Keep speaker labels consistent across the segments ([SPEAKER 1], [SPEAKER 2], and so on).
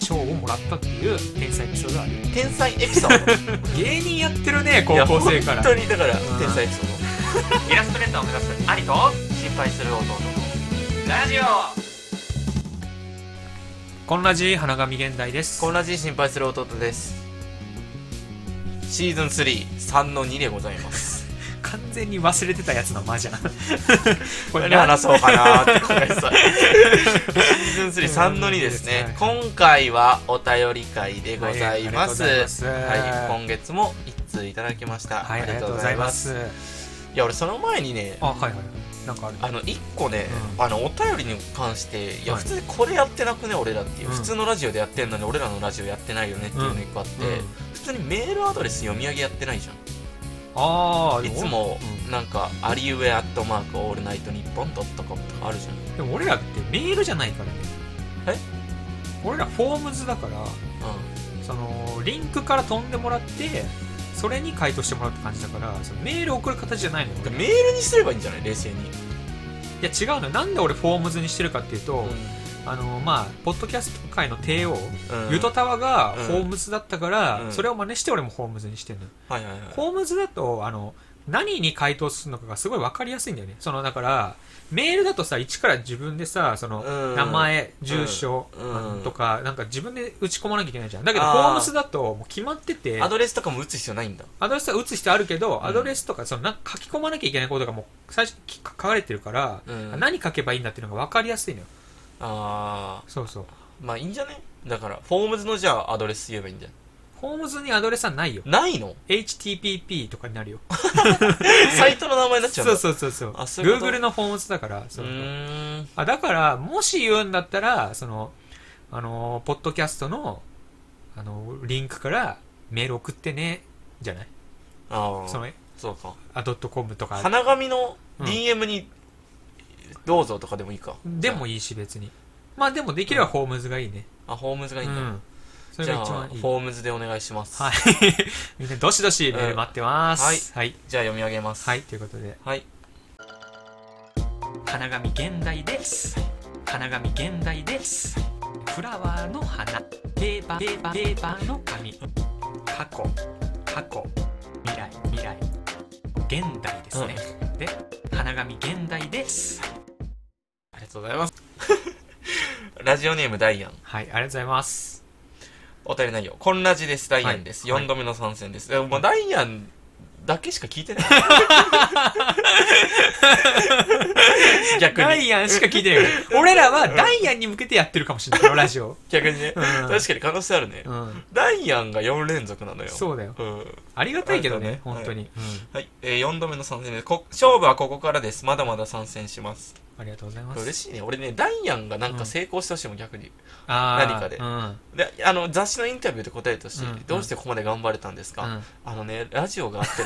[SPEAKER 1] 賞をもらったっていう天才エピソードある
[SPEAKER 2] 天才エピソード
[SPEAKER 1] 芸人やってるね高
[SPEAKER 2] いや
[SPEAKER 1] 校生から
[SPEAKER 2] 本当にだから
[SPEAKER 1] ん
[SPEAKER 2] 天才エピソード
[SPEAKER 3] イラストレーターを目指す兄と
[SPEAKER 2] 心配する弟の
[SPEAKER 3] ラジオ
[SPEAKER 1] こんなじ花神現代です
[SPEAKER 2] こんなじ心配する弟ですシーズン33の2でございます
[SPEAKER 1] 完全に忘れてたやつの間じゃん こ
[SPEAKER 2] 何話そうかなーって考えてたシーズン33の2ですね今回はお便り会でございます,、
[SPEAKER 1] はあ
[SPEAKER 2] はい
[SPEAKER 1] りがとうござい
[SPEAKER 2] い
[SPEAKER 1] ます
[SPEAKER 2] 今月も1通いただきました、
[SPEAKER 1] はいありがとうございます
[SPEAKER 2] いや俺その前にね
[SPEAKER 1] あはいはいなんかある
[SPEAKER 2] あの1個ね、
[SPEAKER 1] うん
[SPEAKER 2] あのお便りに関していや
[SPEAKER 1] はい
[SPEAKER 2] 普通これやってなくね俺らっていう、
[SPEAKER 1] うん
[SPEAKER 2] 普通のラジオでやってんのに俺らのラジオやってないよねっていうの1個あって、
[SPEAKER 1] うん
[SPEAKER 2] 普通にメールアドレス読み上げやってないじゃ
[SPEAKER 1] ああ
[SPEAKER 2] んいつもなんか「ありうえアットマークオールナイトニッポン」ドットコムとかあるじゃん
[SPEAKER 1] でも俺らってメールじゃないからね
[SPEAKER 2] え
[SPEAKER 1] 俺らフォームズだから
[SPEAKER 2] う
[SPEAKER 1] そのリンクから飛んでもらってそれに回答してもらうって感じだからそのメール送る形じゃないのよ
[SPEAKER 2] んで
[SPEAKER 1] 俺
[SPEAKER 2] メールにすればいいんじゃない冷静に、
[SPEAKER 1] いや違うのよなんで俺フォームズにしてるかっていうと、あのまあポッドキャスト界の帝王、
[SPEAKER 2] うん
[SPEAKER 1] ゆとたわが
[SPEAKER 2] うん
[SPEAKER 1] ホームズだったから、
[SPEAKER 2] うん
[SPEAKER 1] それを真似して俺もホームズにしてるのよ、
[SPEAKER 2] はいはいはい
[SPEAKER 1] ホームズだとあの何に回答するのかがすごい分かりやすいんだよねそのだからメールだとさ一から自分でさその、
[SPEAKER 2] うん
[SPEAKER 1] 名前住所、
[SPEAKER 2] うん
[SPEAKER 1] あのとかなんか自分で打ち込まなきゃいけないじゃんだけど
[SPEAKER 2] あ
[SPEAKER 1] ホ
[SPEAKER 2] ー
[SPEAKER 1] ームズだともう決まってて
[SPEAKER 2] アドレスとかも打つ必要ないんだ
[SPEAKER 1] アドレスは打つ必要あるけど、
[SPEAKER 2] ん
[SPEAKER 1] アドレスとかそのなんか書き込まなきゃいけないことがもう最初に書かれてるから、
[SPEAKER 2] うん
[SPEAKER 1] 何書けばいいんだっていうのが分かりやすいのよ
[SPEAKER 2] あ
[SPEAKER 1] そうそう
[SPEAKER 2] ーまあいいんじゃねだからフォームズのじゃあアドレス言えばいいんじゃ
[SPEAKER 1] ホームズにアドレスはないよ
[SPEAKER 2] ないな いの
[SPEAKER 1] HTTP とかになるよ
[SPEAKER 2] サイトの名前になっちゃう
[SPEAKER 1] そ
[SPEAKER 2] の
[SPEAKER 1] うそうそうそう
[SPEAKER 2] あそういうこと
[SPEAKER 1] Google のフォームズだからそう
[SPEAKER 2] う
[SPEAKER 1] そう
[SPEAKER 2] ーん
[SPEAKER 1] あだからもし言うんだったらそのあのーポッドキャストのあのーリンクからメール送ってねじゃない
[SPEAKER 2] ああ
[SPEAKER 1] そ
[SPEAKER 2] そ
[SPEAKER 1] の
[SPEAKER 2] うか
[SPEAKER 1] あドットコムとか
[SPEAKER 2] 花紙の
[SPEAKER 1] うん
[SPEAKER 2] DM にどうぞとかでもいいか
[SPEAKER 1] でもいいし別にまあでもできればホームズがいいね
[SPEAKER 2] あホームズが
[SPEAKER 1] う
[SPEAKER 2] いいんだ、
[SPEAKER 1] んそれ
[SPEAKER 2] じ
[SPEAKER 1] が
[SPEAKER 2] ゃあ
[SPEAKER 1] 一
[SPEAKER 2] フ
[SPEAKER 1] 番
[SPEAKER 2] ォ
[SPEAKER 1] いい
[SPEAKER 2] ームズでお願いします、
[SPEAKER 1] はい みんなどしどしメール待ってます、はい
[SPEAKER 2] じゃあ読み上げます
[SPEAKER 1] はいということで
[SPEAKER 2] はい
[SPEAKER 1] 花紙現代です花紙現代ですフラワーの花ペーパーペーパーペーパーの紙過去過去未来未来現代ですね、で花紙現代です
[SPEAKER 2] ありがとうございますラジオネームダイアン
[SPEAKER 1] はいありがとうございます
[SPEAKER 2] お便り内容こんな字ですダイアンです、
[SPEAKER 1] は
[SPEAKER 2] 四
[SPEAKER 1] い
[SPEAKER 2] 4度目の参戦です、でもまあダイアンだけしか聞い てない逆
[SPEAKER 1] ダ
[SPEAKER 2] に
[SPEAKER 1] イアンしか聞いて ないから俺らはダイアンに向けてやってるかもしれないこのラジオ、
[SPEAKER 2] 逆にね、
[SPEAKER 1] うん
[SPEAKER 2] 確かに可能性あるね、
[SPEAKER 1] うん、
[SPEAKER 2] ダイアンが4連続なのよ
[SPEAKER 1] そうだよ
[SPEAKER 2] うん
[SPEAKER 1] ありがたいけどね
[SPEAKER 2] ありがとうね
[SPEAKER 1] 本当に、うん
[SPEAKER 2] はい、えー、4度目の参戦ですこ。勝負はここからです。まだまだ参戦します。
[SPEAKER 1] ありがとうございます
[SPEAKER 2] 嬉しいね。俺ね、ダイアンがなん
[SPEAKER 1] うん
[SPEAKER 2] か成功してほしいもん、逆に。
[SPEAKER 1] あー
[SPEAKER 2] 何かで
[SPEAKER 1] うん
[SPEAKER 2] で、あの、雑誌のインタビューで答えてほしい。
[SPEAKER 1] うん
[SPEAKER 2] どうしてここまで頑張れたんですか、
[SPEAKER 1] うん
[SPEAKER 2] あのね、ラジオがあっ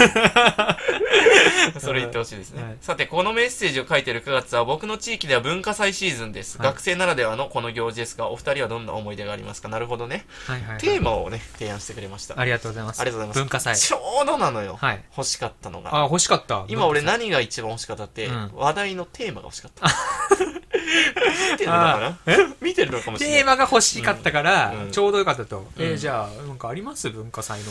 [SPEAKER 2] て る。それ言ってほしいですね、
[SPEAKER 1] はい
[SPEAKER 2] さて、このメッセージを書いている9月は、僕の地域では文化祭シーズンです。
[SPEAKER 1] はい
[SPEAKER 2] 学生ならではのこの行事ですが、お二人はどんな思い出がありますかなるほどね。
[SPEAKER 1] はいはいはい、
[SPEAKER 2] テーマをね、提案してくれました。
[SPEAKER 1] ありがとうございます
[SPEAKER 2] ありがとうござい
[SPEAKER 1] 文化祭
[SPEAKER 2] ちょうどなのよ。
[SPEAKER 1] はい
[SPEAKER 2] 欲しかったのが。
[SPEAKER 1] あ欲しかった
[SPEAKER 2] 今俺何が一番欲しかったって、
[SPEAKER 1] うん
[SPEAKER 2] 話題のテーマが欲し かった。見てるのかな見てるのかもしれな
[SPEAKER 1] テ
[SPEAKER 2] い。
[SPEAKER 1] ーマが欲しかったから、
[SPEAKER 2] うん
[SPEAKER 1] ちょうどよかったと、え
[SPEAKER 2] うん
[SPEAKER 1] ーじゃあなんかあります文化祭の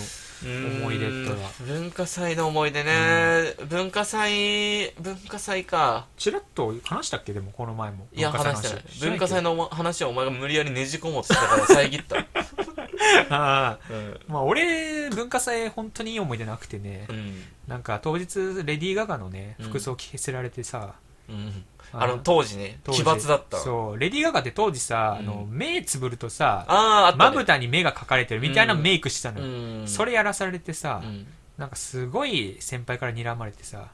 [SPEAKER 1] 思い出とは
[SPEAKER 2] うーん文化祭の思い出ね、文化祭、文化祭か。
[SPEAKER 1] ちらっと話したっけでもこの前も
[SPEAKER 2] いや、話してない。 文化祭
[SPEAKER 1] の
[SPEAKER 2] のお話をお前が無理やりねじ込もうとし たから遮った。
[SPEAKER 1] 話しないっけあー
[SPEAKER 2] うん。
[SPEAKER 1] まあ俺文化祭本当にいい思い出なくてね、
[SPEAKER 2] うん。
[SPEAKER 1] なんか当日レディー・ガガのね
[SPEAKER 2] うん
[SPEAKER 1] 服装着せられてさ、
[SPEAKER 2] うん。
[SPEAKER 1] あ
[SPEAKER 2] あの、当時ね、
[SPEAKER 1] 当時
[SPEAKER 2] 奇抜だった。
[SPEAKER 1] そうレディー・ガガって当時さ、あの
[SPEAKER 2] う
[SPEAKER 1] 目つぶるとさ
[SPEAKER 2] ああ、あ
[SPEAKER 1] ま
[SPEAKER 2] った、
[SPEAKER 1] ぶ
[SPEAKER 2] ね。
[SPEAKER 1] たに目が描かれてるみたいなメイクしてたのよ、
[SPEAKER 2] うん。
[SPEAKER 1] それやらされてさ、
[SPEAKER 2] うん。
[SPEAKER 1] なんかすごい先輩から睨まれてさ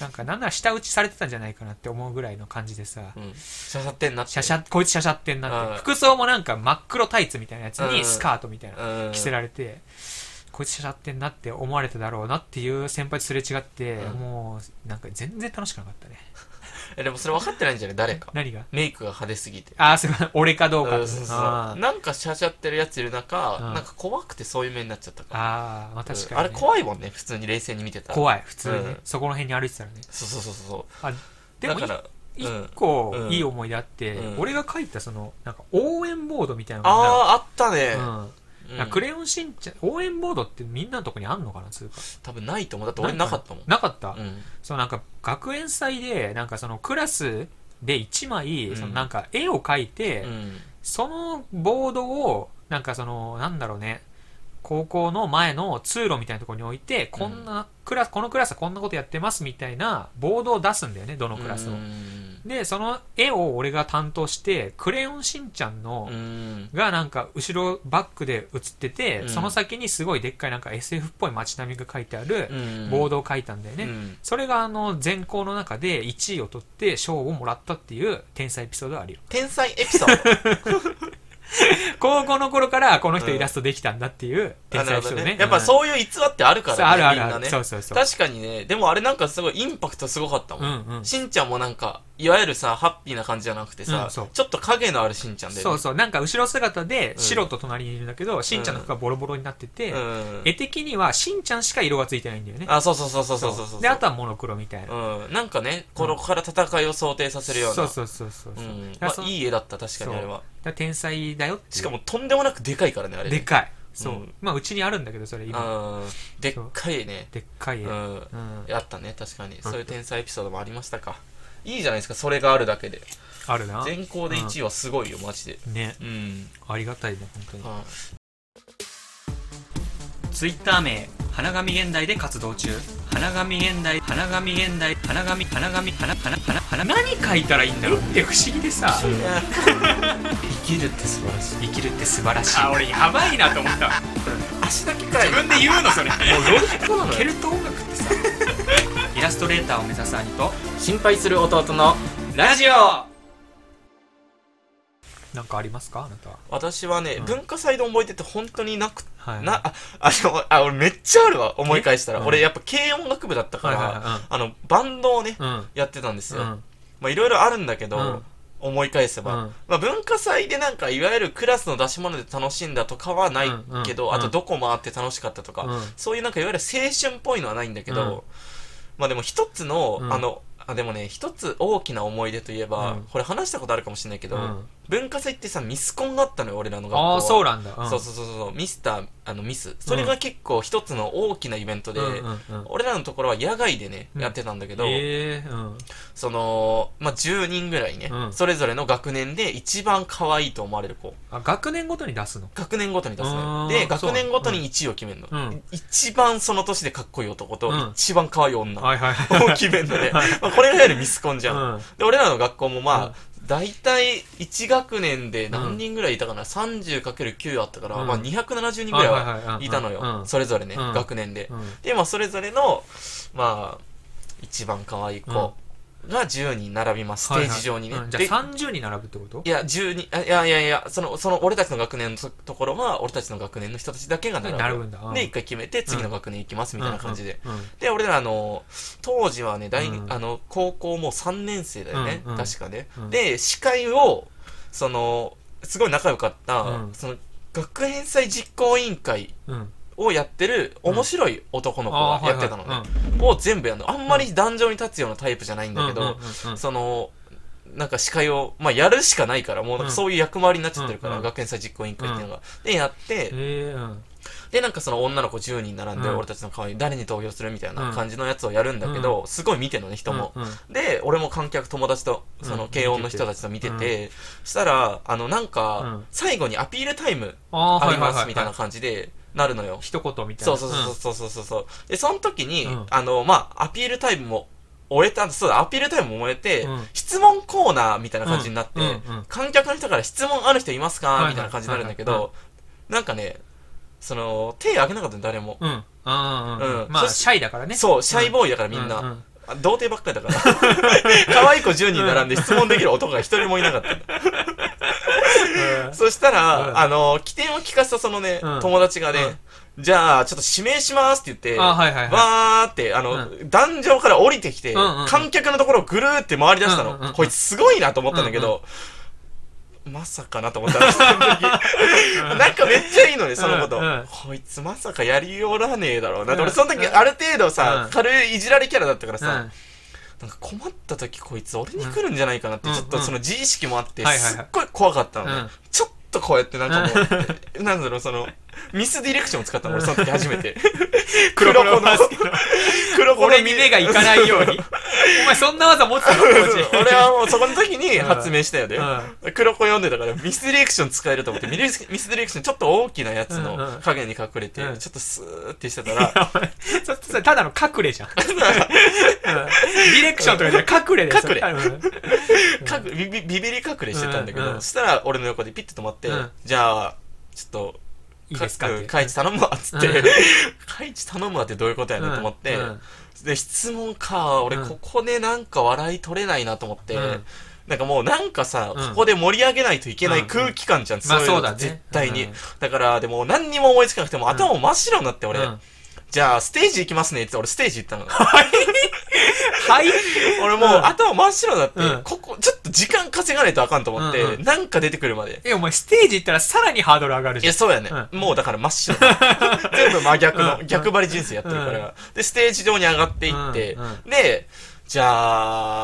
[SPEAKER 1] なんかなんなら舌打ちされてたんじゃないかなって思うぐらいの感じでさ、
[SPEAKER 2] うん。しゃしゃってんなって。
[SPEAKER 1] シャシャこいつシャシャってんなっ
[SPEAKER 2] うん
[SPEAKER 1] て服装もなんか真っ黒タイツみたいなやつ
[SPEAKER 2] う
[SPEAKER 1] に
[SPEAKER 2] ん
[SPEAKER 1] スカートみたいな
[SPEAKER 2] うん。
[SPEAKER 1] 着せられて、こいつシャシャってんなって思われただろうなっていう先輩とすれ違って、
[SPEAKER 2] うん
[SPEAKER 1] もうなんか全然楽しくなかったね
[SPEAKER 2] え、でもそれ分かってないんじゃない誰か。
[SPEAKER 1] 何が
[SPEAKER 2] メイクが派手すぎて。
[SPEAKER 1] ああすごい俺かどうか
[SPEAKER 2] うんそうそう
[SPEAKER 1] あー
[SPEAKER 2] なんかしゃしゃってるやついる中、
[SPEAKER 1] うん
[SPEAKER 2] なんか怖くてそういう目になっちゃったから
[SPEAKER 1] あーまあ確かに、ね、
[SPEAKER 2] あれ怖いもんね普通に冷静に見てたら
[SPEAKER 1] 怖い普通にね、
[SPEAKER 2] うん
[SPEAKER 1] そこの辺に歩いてたらね
[SPEAKER 2] そうそうそうそう
[SPEAKER 1] あでもい
[SPEAKER 2] だからうん
[SPEAKER 1] 一個
[SPEAKER 2] うん
[SPEAKER 1] いい思い出あって、
[SPEAKER 2] うん
[SPEAKER 1] 俺が書いたそのなんか応援ボードみたいなのが
[SPEAKER 2] ああ、あったね。
[SPEAKER 1] うん
[SPEAKER 2] うん
[SPEAKER 1] なんかクレヨンしんちゃん応援ボードってみんなのとこにあんのかなつうか
[SPEAKER 2] 多分ないと思う。だって俺なかったもん。
[SPEAKER 1] なかった、
[SPEAKER 2] うん
[SPEAKER 1] そうなんか学園祭でなんかそのクラスで1枚、
[SPEAKER 2] うん
[SPEAKER 1] そのなんか絵を描いて、
[SPEAKER 2] うん
[SPEAKER 1] そのボードをなんかそのなんだろうね高校の前の通路みたいなところに置いてこんなクラスこのクラスはこんなことやってますみたいなボードを出すんだよねどのクラスを、
[SPEAKER 2] うん
[SPEAKER 1] でその絵を俺が担当して「クレヨンしんちゃん」の
[SPEAKER 2] うん
[SPEAKER 1] がなんか後ろバックで映ってて、
[SPEAKER 2] うん
[SPEAKER 1] その先にすごいでっかいなんか SF っぽい街並みが書いてある
[SPEAKER 2] うん
[SPEAKER 1] ボードを書いたんだよね、
[SPEAKER 2] うん
[SPEAKER 1] それがあの全校の中で1位を取って賞をもらったっていう天才エピソードがあるよ
[SPEAKER 2] 天才エピソード。
[SPEAKER 1] 高校の頃からこの人
[SPEAKER 2] うん
[SPEAKER 1] イラストできたんだっていう 天
[SPEAKER 2] あな
[SPEAKER 1] 才エ
[SPEAKER 2] る
[SPEAKER 1] ピ
[SPEAKER 2] ほ
[SPEAKER 1] ソー
[SPEAKER 2] ど
[SPEAKER 1] ド
[SPEAKER 2] ね
[SPEAKER 1] ね。
[SPEAKER 2] やっぱ
[SPEAKER 1] うん
[SPEAKER 2] そういう逸話ってあるから
[SPEAKER 1] そうあるある
[SPEAKER 2] みん
[SPEAKER 1] あ
[SPEAKER 2] な
[SPEAKER 1] る、
[SPEAKER 2] ね
[SPEAKER 1] そうそうそう
[SPEAKER 2] 確かにね、でもあれなんかすごいインパクトすごかったも。
[SPEAKER 1] うんんうん
[SPEAKER 2] しんちゃんもなんか、いわゆるさ、ハッピーな感じじゃなくて
[SPEAKER 1] う
[SPEAKER 2] さ、
[SPEAKER 1] んそう
[SPEAKER 2] ちょっと影のあるしんちゃんで。
[SPEAKER 1] そうそうなんか後ろ姿で白と隣にいるんだけど、しんちゃんの服がボロボロになってて、
[SPEAKER 2] うん
[SPEAKER 1] 絵的にはしんちゃんしか色がついてないんだよね
[SPEAKER 2] あ、そうそうそうそうそうそうそう。
[SPEAKER 1] であとはモノクロみたいな、
[SPEAKER 2] うん、なんかね、このから戦いを想定させるような。
[SPEAKER 1] そうそうそうそう、
[SPEAKER 2] うん
[SPEAKER 1] だか
[SPEAKER 2] ま
[SPEAKER 1] ら
[SPEAKER 2] あ
[SPEAKER 1] そ、の
[SPEAKER 2] いい絵だった、確かにあれは。
[SPEAKER 1] だから天才だよっていう
[SPEAKER 2] しかも、とんでもなくでかいからね、あれ。
[SPEAKER 1] でかいそう、
[SPEAKER 2] うん
[SPEAKER 1] まあうちにあるんだけどそれ今
[SPEAKER 2] うんでっかいね。
[SPEAKER 1] でっかい絵、
[SPEAKER 2] う
[SPEAKER 1] うん
[SPEAKER 2] ん。あったね、確かに。そういう天才エピソードもありましたか。いいじゃないですか、それがあるだけで。
[SPEAKER 1] あるな
[SPEAKER 2] 全校で1位はすごいよ、マジで。
[SPEAKER 1] ね
[SPEAKER 2] うん。
[SPEAKER 1] ありがたいね本当に
[SPEAKER 2] はい
[SPEAKER 1] ツイッター名花神現代で活動中花神現代花神現代花神花神花花花花何書いたらいいんだろうって不思議でさ
[SPEAKER 2] 生きるって素晴らしい。
[SPEAKER 1] 生きるって素晴らしい
[SPEAKER 4] あ俺やばいなと思 った
[SPEAKER 2] 足だけかい。
[SPEAKER 4] 自分で言うのそれ
[SPEAKER 2] そうなの
[SPEAKER 1] ケルト音楽ってさ イラストレーターを目指す兄と
[SPEAKER 2] 心配する弟の。
[SPEAKER 4] ラジオ
[SPEAKER 1] なんかありますかあなたは
[SPEAKER 2] 私はね、
[SPEAKER 1] うん
[SPEAKER 2] 文化祭で覚えてって本当になくて
[SPEAKER 1] は
[SPEAKER 2] な、あ、あの、あ、俺めっちゃあるわ、思い返したら。
[SPEAKER 1] えうん
[SPEAKER 2] 俺やっぱ軽音楽部だったか
[SPEAKER 1] はいはい
[SPEAKER 2] ら、
[SPEAKER 1] は
[SPEAKER 2] あの、バンドをね
[SPEAKER 1] い、うん
[SPEAKER 2] やってたんです
[SPEAKER 1] う
[SPEAKER 2] よ。
[SPEAKER 1] ん
[SPEAKER 2] まあいろいろあるんだけ
[SPEAKER 1] う
[SPEAKER 2] ど
[SPEAKER 1] ん、
[SPEAKER 2] 思い返せ
[SPEAKER 1] う
[SPEAKER 2] ば
[SPEAKER 1] ん。
[SPEAKER 2] まあ文化祭でなんか、いわゆるクラスの出し物で楽しんだとかはないけ
[SPEAKER 1] うんう
[SPEAKER 2] ど、
[SPEAKER 1] ん
[SPEAKER 2] あとどこ回って楽しかったと
[SPEAKER 1] う
[SPEAKER 2] か、
[SPEAKER 1] ん
[SPEAKER 2] そういうなんかいわゆる青春っぽいのはないんだけ
[SPEAKER 1] うん
[SPEAKER 2] ど、まあでも一つの、
[SPEAKER 1] うん
[SPEAKER 2] あの、あでもね、一つ大きな思い出といえ
[SPEAKER 1] う
[SPEAKER 2] ば
[SPEAKER 1] ん、
[SPEAKER 2] これ話したことあるかもしれないけ
[SPEAKER 1] う
[SPEAKER 2] ど、
[SPEAKER 1] ん
[SPEAKER 2] 文化祭ってさ、ミスコンがあったのよ、俺らの学校は。
[SPEAKER 1] ああそうなんだん
[SPEAKER 2] そうそうそうそうミスターあのミスそれが結構一つの大きなイベントで、
[SPEAKER 1] うんうんうん
[SPEAKER 2] 俺らのところは野外でね、
[SPEAKER 1] うん
[SPEAKER 2] やってたんだけど、
[SPEAKER 1] ええうん
[SPEAKER 2] その、まあ、10人ぐらいね、
[SPEAKER 1] うん
[SPEAKER 2] それぞれの学年で一番可愛いと思われる子
[SPEAKER 1] あ学年ごとに出すの
[SPEAKER 2] 学年ごとに出す
[SPEAKER 1] あ
[SPEAKER 2] の
[SPEAKER 1] ー
[SPEAKER 2] よで学年ごとに1位を決めるの、
[SPEAKER 1] うん
[SPEAKER 2] 一番その年でかっこいい男と、
[SPEAKER 1] うん
[SPEAKER 2] 一番可愛い女 を
[SPEAKER 1] はいはいはい
[SPEAKER 2] 決めるので、まあ、これがいわゆるミスコンじゃん、
[SPEAKER 1] うん
[SPEAKER 2] で俺らの学校もまあ、
[SPEAKER 1] うん
[SPEAKER 2] 大体1学年で何人ぐらいいたかな、30×9 あったから、
[SPEAKER 1] うん
[SPEAKER 2] まあ270人ぐらいは
[SPEAKER 1] はい
[SPEAKER 2] たのよ、
[SPEAKER 1] うん
[SPEAKER 2] それぞれね、
[SPEAKER 1] うん
[SPEAKER 2] 学年で、
[SPEAKER 1] うん
[SPEAKER 2] でまあそれぞれのまあ一番可愛い子が10人並びます、
[SPEAKER 1] はいはい
[SPEAKER 2] ステージ上にね、
[SPEAKER 1] うんじ
[SPEAKER 2] で
[SPEAKER 1] ゃあ30に並ぶってこと
[SPEAKER 2] いや10人あいやいやいやそのその俺たちの学年のとところは俺たちの学年の人たちだけが並ぶ
[SPEAKER 1] 並ぶんだうん
[SPEAKER 2] で一回決めて次の学年行きますみたいな感じで、
[SPEAKER 1] うんうんうん
[SPEAKER 2] で俺らあの当時はね大、
[SPEAKER 1] うん
[SPEAKER 2] あの高校もう3年生だよね、
[SPEAKER 1] うんうん
[SPEAKER 2] 確かね、
[SPEAKER 1] うん
[SPEAKER 2] で司会をそのすごい仲良かった、
[SPEAKER 1] うん
[SPEAKER 2] その学園祭実行委員会
[SPEAKER 1] うん
[SPEAKER 2] をやってる面白い男の子がやってたのね、を全部やるのあんまり壇上に立つようなタイプじゃないんだけど、そのなんか司会を、まあ、やるしかないからもうなんかそういう役回りになっちゃってるから、
[SPEAKER 1] うん
[SPEAKER 2] 学園祭実行委員会っていうのが、でやって、
[SPEAKER 1] ええうん
[SPEAKER 2] で、なんかその女の子10人並んで、
[SPEAKER 1] うん
[SPEAKER 2] 俺たちの代わりに誰に投票するみたいな感じのやつをやるんだけど、すごい見てんのね、人も。
[SPEAKER 1] うんうん
[SPEAKER 2] で、俺も観客友達と、その、
[SPEAKER 1] うん
[SPEAKER 2] 軽音の人たちと見てて、したら、あの、なん
[SPEAKER 1] う
[SPEAKER 2] か
[SPEAKER 1] ん、
[SPEAKER 2] 最後にアピールタイム
[SPEAKER 1] あー
[SPEAKER 2] あ
[SPEAKER 1] は
[SPEAKER 2] り
[SPEAKER 1] いは
[SPEAKER 2] ま
[SPEAKER 1] いは
[SPEAKER 2] す
[SPEAKER 1] い
[SPEAKER 2] みたいな感じで、なるのよ。
[SPEAKER 1] 一言みたい
[SPEAKER 2] そ
[SPEAKER 1] な
[SPEAKER 2] うそうそうそうそうそう。で、その時に
[SPEAKER 1] うん、
[SPEAKER 2] あの、まあ、アピールタイムも終えた、そうだ、アピールタイムも終えて
[SPEAKER 1] うん、
[SPEAKER 2] 質問コーナーみたいな感じになっ
[SPEAKER 1] う
[SPEAKER 2] て
[SPEAKER 1] んうんうん、
[SPEAKER 2] 観客の人から質問ある人います
[SPEAKER 1] はい
[SPEAKER 2] か
[SPEAKER 1] はい
[SPEAKER 2] みたいな感じになるんだけ
[SPEAKER 1] はいは
[SPEAKER 2] ど、なんかね、その、手挙げなかったの誰も。
[SPEAKER 1] うんうんあーうん
[SPEAKER 2] う
[SPEAKER 1] うんんま
[SPEAKER 2] そ
[SPEAKER 1] あ
[SPEAKER 2] し
[SPEAKER 1] シャイだからね
[SPEAKER 2] そう、シャイボーイだからみん
[SPEAKER 1] う
[SPEAKER 2] な。
[SPEAKER 1] ん
[SPEAKER 2] あ童貞ばっかりだから。 可愛い子10人並んで質問できる男が一人もいなかった。そした
[SPEAKER 1] う
[SPEAKER 2] ら、
[SPEAKER 1] ん
[SPEAKER 2] あの、起点を聞かせたそのね
[SPEAKER 1] う、ん
[SPEAKER 2] 友達がね、じゃあ、ちょっと指名しますって言って、
[SPEAKER 1] あーはいはいはい
[SPEAKER 2] わーって、あの、壇上から降りてきて、
[SPEAKER 1] うんうんうん
[SPEAKER 2] 観客のところをぐるーって回り出したの。
[SPEAKER 1] うんうんうん
[SPEAKER 2] こいつすごいなと思ったんだけど、まさかなと思ったのその時なんかめっちゃいいのね、そのこと。
[SPEAKER 1] うんうん
[SPEAKER 2] こいつまさかやりよらねえだろうな
[SPEAKER 1] う
[SPEAKER 2] って。
[SPEAKER 1] ん
[SPEAKER 2] 俺その時ある程度さ、
[SPEAKER 1] うん
[SPEAKER 2] 軽いいじられキャラだったから
[SPEAKER 1] うん
[SPEAKER 2] さ、なんか困った時こいつ俺に来るんじゃないかなって、
[SPEAKER 1] うん
[SPEAKER 2] ちょっとその自意識もあって、
[SPEAKER 1] はいはいはい
[SPEAKER 2] すっごい怖かったのね、
[SPEAKER 1] うん
[SPEAKER 2] ちょっとこうやってなんかもう、 なんだろう、その、ミスディレクションを使ったの、俺その時初めて。
[SPEAKER 3] 黒子のバスケの
[SPEAKER 2] 黒子の
[SPEAKER 3] 俺に目がいかないよう に。お前そんな技持ってたの
[SPEAKER 2] そう
[SPEAKER 3] 当
[SPEAKER 2] そう
[SPEAKER 3] 時。
[SPEAKER 2] 俺はもうそこの時に発明したよね。
[SPEAKER 1] う
[SPEAKER 2] 黒子読んでたからミスディレクション使えると思ってミレミスディレクションちょっと大きなやつ
[SPEAKER 1] うんう
[SPEAKER 2] の
[SPEAKER 1] ん
[SPEAKER 2] 影に隠れて
[SPEAKER 1] うん
[SPEAKER 2] ちょっとスーってしてたら
[SPEAKER 1] ん。 そそれただの隠れじ ゃん。うんディレクションとかじゃなくて隠れで
[SPEAKER 2] 隠れ
[SPEAKER 1] うん
[SPEAKER 2] かくビビビビり隠れしてたんだけ
[SPEAKER 1] うんう
[SPEAKER 2] ど
[SPEAKER 1] ん
[SPEAKER 2] そしたら俺の横でピッて止まって
[SPEAKER 1] うん
[SPEAKER 2] じゃあちょっと
[SPEAKER 1] いいですかっ
[SPEAKER 2] うん
[SPEAKER 1] て。
[SPEAKER 2] カイチ頼むわっつって
[SPEAKER 1] うん
[SPEAKER 2] 「カイチ頼むわ」ってどういうことやねんと思って
[SPEAKER 1] うん
[SPEAKER 2] で質問か俺
[SPEAKER 1] うん
[SPEAKER 2] ここでなんか笑い取れないなと思って
[SPEAKER 1] うん
[SPEAKER 2] なんかもうなんかさ
[SPEAKER 1] うん
[SPEAKER 2] ここで盛り上げないといけな
[SPEAKER 1] う
[SPEAKER 2] い
[SPEAKER 1] ん
[SPEAKER 2] 空気感じゃん
[SPEAKER 1] まあ
[SPEAKER 2] そういうの
[SPEAKER 1] そうだね
[SPEAKER 2] 絶対に
[SPEAKER 1] うん
[SPEAKER 2] だからでも何にも思いつかなくても頭も真っ白になって俺
[SPEAKER 1] うん
[SPEAKER 2] じゃあ、ステージ行きますねって言って俺ステージ行ったの。
[SPEAKER 1] はい
[SPEAKER 2] 俺もう
[SPEAKER 1] うん
[SPEAKER 2] 頭真っ白だって、
[SPEAKER 1] うん
[SPEAKER 2] ここ、ちょっと時間稼がないとあかんと思って、
[SPEAKER 1] うんうん
[SPEAKER 2] なんか出てくるまで。
[SPEAKER 1] え、お前ステージ行ったらさらにハードル上がる
[SPEAKER 2] い
[SPEAKER 1] じゃ
[SPEAKER 2] や、
[SPEAKER 1] ん。
[SPEAKER 2] そうやね、もうだから真っ白。 全部真逆の、
[SPEAKER 1] うん
[SPEAKER 2] 逆張り人生やってるから。で、ステージ上に上がっていって、
[SPEAKER 1] うんうん
[SPEAKER 2] で、じゃ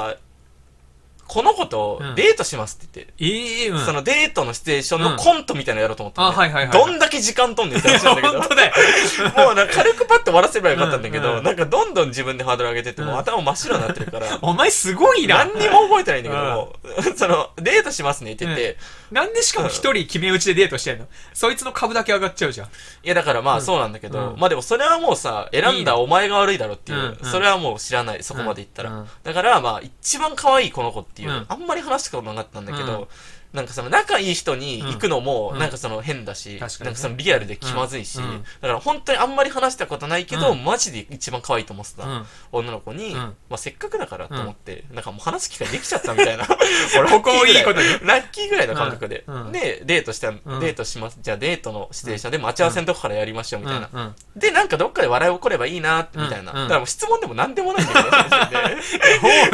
[SPEAKER 2] あ、この子と
[SPEAKER 1] うん
[SPEAKER 2] デートしますって言って、
[SPEAKER 1] ええうん。
[SPEAKER 2] そのデートのシチュエーション
[SPEAKER 1] う
[SPEAKER 2] の
[SPEAKER 1] ん
[SPEAKER 2] コントみたいなのやろうと思ったのね、
[SPEAKER 1] あはいはいはい
[SPEAKER 2] どんだけ時間とんねんって話なんだけど
[SPEAKER 1] 本。当だよ。
[SPEAKER 2] もうなんか軽くパッと終わらせればよかったんだけど、
[SPEAKER 1] うんうん
[SPEAKER 2] なんかどんどん自分でハードル上げてって、もううん頭真っ白になってるから、
[SPEAKER 1] お前すごいな。
[SPEAKER 2] 何にも覚えてないんだけど、 その、デートしますねって言って、
[SPEAKER 1] なんでしかも一人決め打ちでデートしてんのそいつの株だけ上がっちゃうじゃん。
[SPEAKER 2] いやだからまあそうなんだけど、
[SPEAKER 1] うん
[SPEAKER 2] まあでもそれはもうさ、選んだお前が悪いだろっていう、
[SPEAKER 1] うんうん
[SPEAKER 2] それはもう知らない、そこまで言ったら。
[SPEAKER 1] うんうん
[SPEAKER 2] だからまあ一番可愛いこの子っていう、
[SPEAKER 1] うん
[SPEAKER 2] あんまり話したことなかったんだけ
[SPEAKER 1] う
[SPEAKER 2] ど、なんかその仲いい人に行くのも
[SPEAKER 1] うん
[SPEAKER 2] なんかその変だし、
[SPEAKER 1] 確かにね
[SPEAKER 2] なんかそのリアルで気まずいし、
[SPEAKER 1] うんうん
[SPEAKER 2] だから本当にあんまり話したことないけど、
[SPEAKER 1] う
[SPEAKER 2] マジで一番可愛いと思ってた。
[SPEAKER 1] うん
[SPEAKER 2] 女の子に、
[SPEAKER 1] うん
[SPEAKER 2] まあ、せっかくだからと思って、なんかもう話す機会できちゃったみ たいな俺
[SPEAKER 1] ここをいいことに
[SPEAKER 2] ラッキーぐらいの感覚で、
[SPEAKER 1] うんうん
[SPEAKER 2] でデートした、
[SPEAKER 1] ん
[SPEAKER 2] デートしますじゃあデートの指定者で待ち合わせのとこからやりましょうみたいな、
[SPEAKER 1] うんうん
[SPEAKER 2] でなんかどっかで笑い起こればいいなみたいな、
[SPEAKER 1] うんうん
[SPEAKER 2] だからもう質問でも何でもないんだけ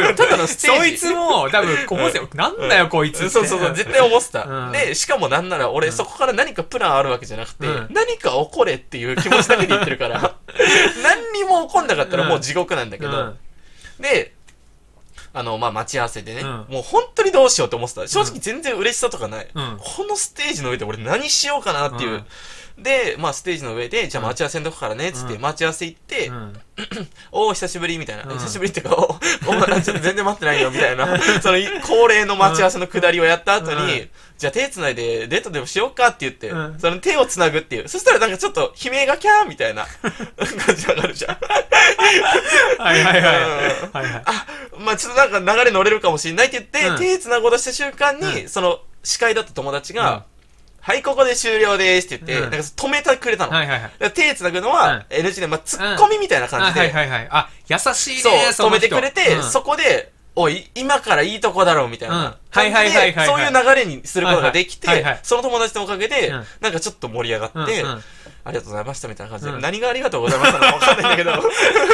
[SPEAKER 2] ど ねただのステージ
[SPEAKER 1] そいつも、多分、高校生、なんだよ、こいつっ
[SPEAKER 2] そ
[SPEAKER 1] て。
[SPEAKER 2] うそうそう、絶対思ってた。
[SPEAKER 1] うん
[SPEAKER 2] で、しかもなんなら俺、そこから何かプランあるわけじゃなくて、
[SPEAKER 1] うん
[SPEAKER 2] 何か起これっていう気持ちだけで言って るから、何にも起こんなかったらもう地獄なんだけど、
[SPEAKER 1] うん
[SPEAKER 2] で、あの、まあ、待ち合わせでね、
[SPEAKER 1] うん
[SPEAKER 2] もう本当にどうしようと思ってた。正直全然嬉しさとかない。
[SPEAKER 1] うん
[SPEAKER 2] このステージの上で俺何しようかなっていう。で、まあ、ステージの上で、じゃあ待ち合わせのとこからね、つって、
[SPEAKER 1] うん
[SPEAKER 2] 待ち合わせ行って、
[SPEAKER 1] うん
[SPEAKER 2] おー、久しぶりみたいな。
[SPEAKER 1] うん
[SPEAKER 2] 久しぶりっていうか、お、お前なんちゃ全然待ってないよ、みたいな。その、恒例の待ち合わせのくだりをやった後に、
[SPEAKER 1] うん
[SPEAKER 2] じゃあ手繋いでデートでもしようかって言って、
[SPEAKER 1] うん
[SPEAKER 2] その手を繋ぐっていう。そしたらなんかちょっと悲鳴がキャーみたいな感じになるじゃん。
[SPEAKER 1] はいはいはい。
[SPEAKER 2] う
[SPEAKER 1] はいはい。
[SPEAKER 2] あ、まあちょっとなんか流れ乗れるかもしれないって言って、
[SPEAKER 1] うん
[SPEAKER 2] 手繋ごうとした瞬間に、
[SPEAKER 1] うん
[SPEAKER 2] その、司会だった友達が、
[SPEAKER 1] うん
[SPEAKER 2] はい、ここで終了ですって言って、
[SPEAKER 1] うん
[SPEAKER 2] なんか止めてくれたの。
[SPEAKER 1] はいはいはい。
[SPEAKER 2] だから手繋ぐのは、NG で、まあ、ツッコミみたいな感
[SPEAKER 1] あ
[SPEAKER 2] じで、
[SPEAKER 1] はいはいはい。あ、優しいね
[SPEAKER 2] そう、
[SPEAKER 1] そ
[SPEAKER 2] 止
[SPEAKER 1] の
[SPEAKER 2] め
[SPEAKER 1] 人
[SPEAKER 2] てくれて、
[SPEAKER 1] うん
[SPEAKER 2] そこで、おい、今からいいとこだろうみたいな。
[SPEAKER 1] うんはいはいはいはい
[SPEAKER 2] そういう流れにすることができて、
[SPEAKER 1] はいはいはいはい
[SPEAKER 2] その友達のおかげで、
[SPEAKER 1] うん
[SPEAKER 2] なんかちょっと盛り上がって、
[SPEAKER 1] うんうん
[SPEAKER 2] ありがとうございましたみたいな感じで、
[SPEAKER 1] うん
[SPEAKER 2] 何がありがとうございましたのかわかんないんだけど、